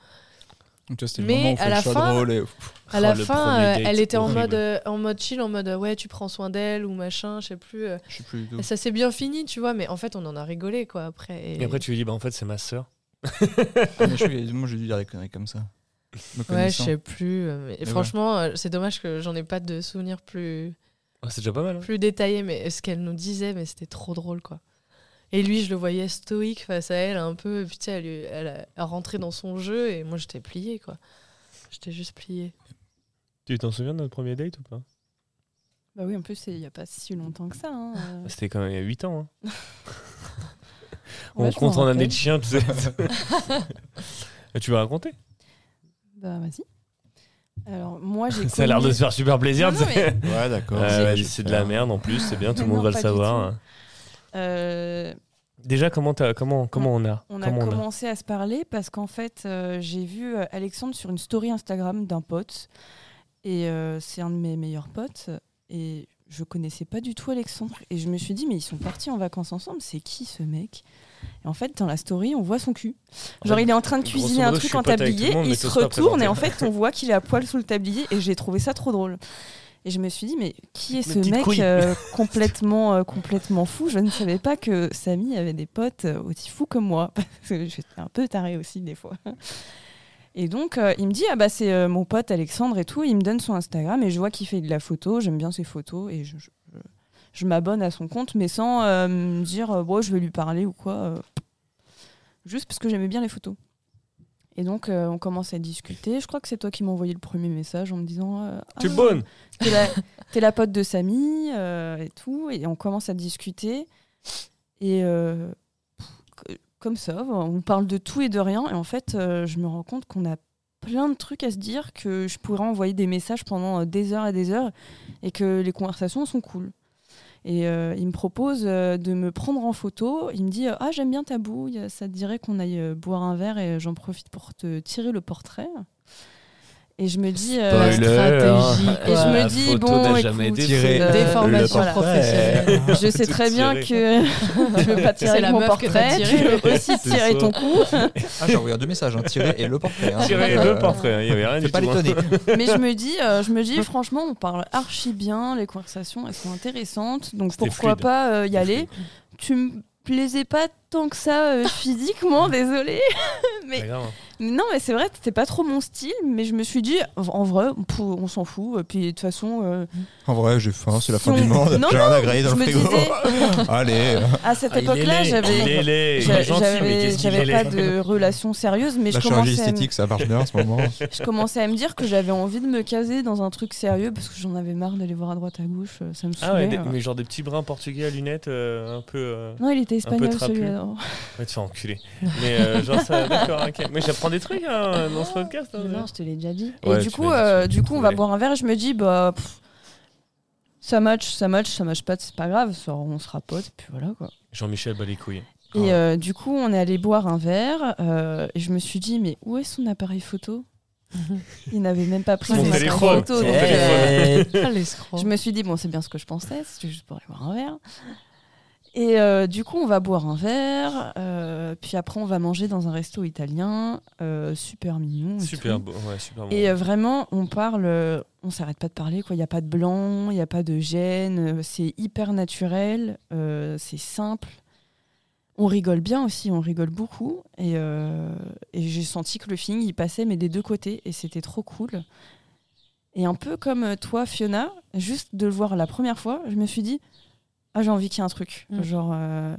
C: Donc, tu vois, c'était le
D: Mais
C: moment où faut
D: à
C: que
D: la
C: je sois
D: fin-
C: drôle et pff,
D: À
A: Oh,
D: la
A: le
D: fin
A: premier
D: euh,
A: date,
D: elle était en
A: horrible.
D: mode, euh, en mode chill, en mode euh, ouais tu prends soin d'elle ou machin, je sais plus. euh.
C: je suis plus.
D: *laughs* Et ça s'est bien fini tu vois mais en fait on en a rigolé quoi après.
A: Et après, tu lui dis, bah en fait, c'est ma sœur.
C: Ah, mais je suis- moi, je vais lui dire des conneries comme ça. Me
D: Ouais je
A: hein.
C: connaissant.
D: sais plus. euh, mais- Et
C: Mais
D: franchement euh, c'est dommage que j'en ai pas de souvenirs plus,
A: Ah, C'est déjà pas mal. hein.
D: plus détaillés mais ce qu'elle nous disait mais c'était trop drôle quoi. Et lui, je le voyais stoïque face à elle, un peu. Puis, tu sais, elle, elle a- elle rentrait dans son jeu et moi, j'étais pliée, quoi. J'étais juste pliée.
A: Tu t'en souviens de notre premier date ou pas
B: Bah oui, en plus, c'est- il n'y a pas si longtemps que ça. hein, euh.
A: C'était quand même il y a 8 ans. hein.
B: Ouais,
A: On
B: je
A: compte
B: m'en
A: en année
B: rappelle.
A: de chien, tu sais. Et tu vas raconter
B: Bah vas-y. Alors
A: *laughs*
B: moi j'ai
A: Ça a l'air de
B: connu-
A: se faire super plaisir.
B: Non,
A: tu
B: non,
A: sais.
B: mais,
C: Ouais, d'accord.
A: Ah Ouais, vas-y,
B: J'ai-
C: Je Ah. vais
A: c'est de
C: faire.
A: la merde en plus, c'est bien, tout le
B: Non,
A: monde va le
B: pas du
A: savoir. hein.
B: tout. euh,
A: Déjà, comment, t'as- comment, comment on a
B: on a
A: comment on a
B: commencé à se parler parce qu'en fait euh, j'ai vu euh, Alexandre sur une story Instagram d'un pote et euh, c'est un de mes meilleurs potes et je connaissais pas du tout Alexandre et je me suis dit mais ils sont partis en vacances ensemble c'est qui ce mec et en fait dans la story on voit son cul genre
A: fait,
B: il est en train de
A: grosso
B: cuisiner un
A: modo, je
B: truc
A: suis
B: en
A: pote avec tout le
B: tablier
A: monde,
B: et
A: mais
B: il se
A: t'oses pas
B: retourne
A: présenter.
B: et en fait on voit qu'il est à poil sous le tablier et j'ai trouvé ça trop drôle et je me suis dit, mais qui est
A: Mes
B: ce
A: petites
B: mec
A: couilles.
B: euh, complètement, euh, complètement fou Je ne savais pas que Samy avait des potes euh, aussi fous que moi. *laughs* Parce que j'étais un peu tarée aussi, des fois. Et donc, euh, il me dit, ah bah c'est euh, mon pote Alexandre et tout. Il me donne son Instagram et je vois qu'il fait de la photo. J'aime bien ses photos et je, je- je- je m'abonne à son compte, mais sans euh, me dire, euh, ouais, je vais lui parler ou quoi. euh. juste parce que j'aimais bien les photos. Et donc, euh, on commence à discuter. Je crois que c'est toi qui m'as envoyé le premier message en me disant. euh,
A: Tu le
B: Ah,
A: bonnes
B: T'es la, t'es la pote de Samy euh, et tout, et on commence à discuter. Et euh, que- comme ça, on parle de tout et de rien. Et en fait, euh, je me rends compte qu'on a plein de trucs à se dire, que je pourrais envoyer des messages pendant euh, des heures et des heures, et que les conversations sont cool. Et euh, il me propose euh, de me prendre en photo. Il me dit euh, Ah, j'aime bien ta bouille, ça te dirait qu'on aille euh, boire un verre et j'en profite pour te tirer le portrait. Et je me dis. euh,
C: hein.
D: Spoiler. stratégie,
B: et je me dis, bon, écoute,
C: Tirer
B: euh,
D: Déformation
B: voilà.
D: professionnelle.
A: *laughs*
B: je sais
A: Tout
B: très bien
A: tirer.
B: que tu veux pas
D: C'est
B: tirer
D: la
B: mon
D: meuf que t'as
B: portrait, tu
D: tiré.
B: veux aussi
A: C'est
B: tirer
A: ça.
B: ton cou.
C: Ah, j'ai envoyé deux messages, hein, tirer et le portrait. hein.
A: Tirer
C: Donc,
A: le
C: euh,
A: portrait, hein, il y avait rien
C: Fais
A: du
C: pas
A: tout. hein.
C: l'étonner.
B: *laughs* Mais je me dis, euh, je me dis, franchement, on parle archi bien, les conversations elles sont intéressantes, donc
A: C'était
B: pourquoi
A: fluide.
B: pas euh, y aller. Tu me plaisais pas tant que ça euh, physiquement, désolée.
A: Pas grave, hein.
B: Mais Non, mais c'est vrai, c'était pas trop mon style, mais je me suis dit, en vrai, on peut- on s'en fout. Et puis de toute façon, euh,
C: En vrai, j'ai faim, c'est la fin
B: Si
C: du
B: on-
C: monde.
B: Non,
C: J'ai rien à griller dans
B: je
C: le
B: me
C: frigo. *laughs*
B: disais,
C: Allez.
B: *laughs* à cette
A: Ah, il est
B: époque-là,
A: laid, Il est
B: j'avais.
A: laid, il est
B: j'a-
A: gentil, mais
B: J'avais
A: qu'est-ce qu'il est
B: j'avais pas
A: laid.
B: de relation sérieuse, mais
C: la
B: je
C: chirurgie
B: commençais à me-
C: esthétique, ça marche bien *laughs* en ce moment.
B: je commençais à me dire que j'avais envie de me caser dans un truc sérieux parce que j'en avais marre d'aller voir à droite à gauche, euh, ça me saoulait.
A: Ah ouais, des-
B: euh.
A: mais genre des petits brins portugais à lunettes, euh, un peu. euh,
B: Non, il était espagnol
A: trapu.
B: celui-là. non.
A: Ouais, te faire enculer. Mais euh, genre ça, d'accord, ok. Mais j'apprends des trucs hein, dans ce podcast. hein.
B: Non, je te l'ai déjà dit.
A: Ouais,
B: et du
A: tu
B: coup,
A: m'as dit,
B: euh,
A: tu
B: du coup, on va
A: trouvais.
B: boire un verre et je me dis, bah, pff, ça match, ça match, ça match pas, c'est pas grave, ça- on se rapote, puis voilà quoi.
A: Jean-Michel bat les couilles.
B: Et euh, du coup, on est allé boire un verre euh, et je me suis dit, mais où est son appareil *laughs* photo Il n'avait même pas pris
D: Son
B: son appareil
A: téléphone,
B: photo.
A: son
B: donc,
A: téléphone.
B: euh,
D: *laughs* Ah, l'escroc.
B: je me suis dit, bon, c'est bien ce que je pensais, c'est juste pour aller boire un verre. Et euh, du coup, on va boire un verre, euh, puis après, on va manger dans un resto italien, euh, super mignon. et
A: Super
B: tout.
A: beau. Ouais, super bon.
B: Et euh, vraiment, on parle, euh, on s'arrête pas de parler, quoi. Il n'y a pas de blanc, il n'y a pas de gêne, euh, c'est hyper naturel, euh, c'est simple. On rigole bien aussi, on rigole beaucoup. Et, euh, et j'ai senti que le feeling, il passait, mais des deux côtés, et c'était trop cool. Et un peu comme euh, toi, Fiona, juste de le voir la première fois, je me suis dit, ah, j'ai envie qu'il y ait un truc.
D: Mm.
B: Genre. euh,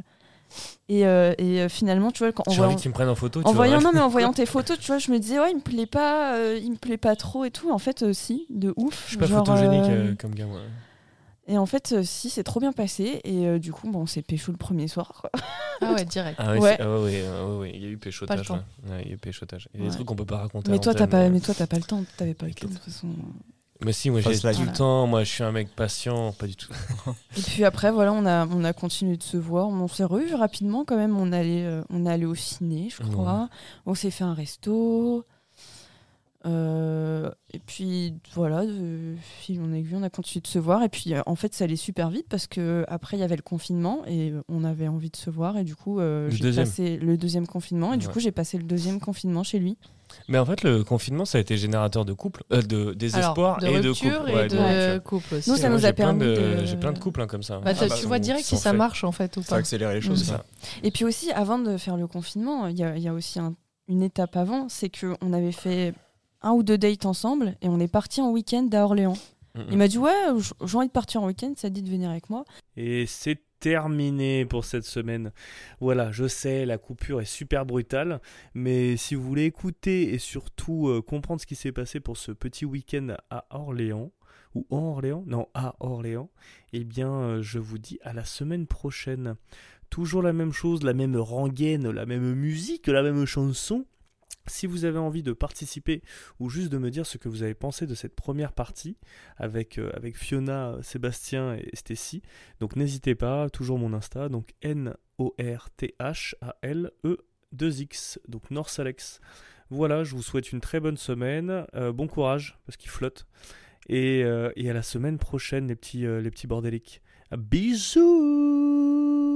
B: et, euh, et, euh, finalement, tu vois, quand on
A: J'ai
B: voit.
A: envie qu'ils me prennent en photo.
B: En
A: Oh, tu vois. *laughs*
B: voyant, non, mais en voyant tes photos, tu vois, je me disais, ouais, il me plaît pas, euh, il me plaît pas trop et tout. En fait, euh, si, de ouf.
A: Je suis pas
B: Genre,
A: photogénique
B: euh,
A: euh, comme gars. moi.
B: Et en fait, euh, si, c'est trop bien passé. Et euh, du coup, bon, on s'est pécho le premier soir. quoi.
D: Ah ouais, direct.
A: Ah ouais,
B: Ouais.
A: c'est- ah ouais, ouais, ouais, ouais, ouais, il y a eu péchotage.
D: temps.
A: ouais. Ouais, il y a eu péchotage. Il y a
B: Ouais.
A: des trucs qu'on peut pas raconter. à
B: Mais toi, t'as
A: l'antenne,
B: pas,
A: euh.
B: mais toi, t'as pas le temps. T'avais pas le temps de
A: T'inquiète.
B: toute façon.
A: Mais si, moi j'ai
C: Fast life.
A: tout le temps. Moi, je suis un mec patient, pas du tout. *laughs*
B: Et puis après, voilà, on a, on a continué de se voir. On s'est revus rapidement quand même. On allait, euh, on est allé au ciné, je crois. On s'est fait un resto. Euh, et puis voilà, de fil en aiguille, on a continué de se voir. Et puis euh, en fait, ça allait super vite parce que après, il y avait le confinement et euh, on avait envie de se voir. Et du coup, euh,
A: Le
B: j'ai
A: deuxième.
B: passé le deuxième confinement. Et du
A: Ouais.
B: coup, j'ai passé le deuxième confinement chez lui.
A: Mais en fait, le confinement, ça a été générateur de couple, euh, de désespoir
D: de
A: et de
D: rupture
A: couple.
D: et
A: Ouais,
D: de
A: rupture.
D: couple aussi.
B: Nous, ça
A: Moi,
B: nous a
A: j'ai plein
B: permis
A: de-
B: de-
A: J'ai plein de couples hein, comme ça.
D: Bah,
A: Ah
D: t'as-
A: bah,
D: tu vois
A: sont-
D: direct si
A: sont
D: ça
A: faits.
D: marche en fait ou
C: Ça a
D: pas.
C: accéléré les
A: C'est
B: Mm.
C: choses.
A: ça.
B: Et puis aussi, avant de faire le confinement, il y a, il y a aussi un- une étape avant, c'est qu'on avait fait un ou deux dates ensemble et on est parti en week-end à Orléans.
A: Mm, Mmh.
B: Il m'a dit ouais, j- j'ai envie de partir en week-end, ça te dit de venir avec moi.
E: Et c'est terminé pour cette semaine. Voilà, je sais, la coupure est super brutale, mais si vous voulez écouter et surtout euh, comprendre ce qui s'est passé pour ce petit week-end à Orléans, ou en Orléans, non, à Orléans, eh bien, euh, je vous dis à la semaine prochaine. Toujours la même chose, la même rengaine, la même musique, la même chanson. Si vous avez envie de participer ou juste de me dire ce que vous avez pensé de cette première partie avec, euh, avec Fiona, Sébastien et Stécie, donc n'hésitez pas, toujours mon Insta, donc N-O-R-T-H-A-L-E-2-X, E donc North Alex. Voilà, je vous souhaite une très bonne semaine, euh, bon courage, parce qu'il flotte, et, euh, et à la semaine prochaine les petits, euh, les petits bordéliques. Bisous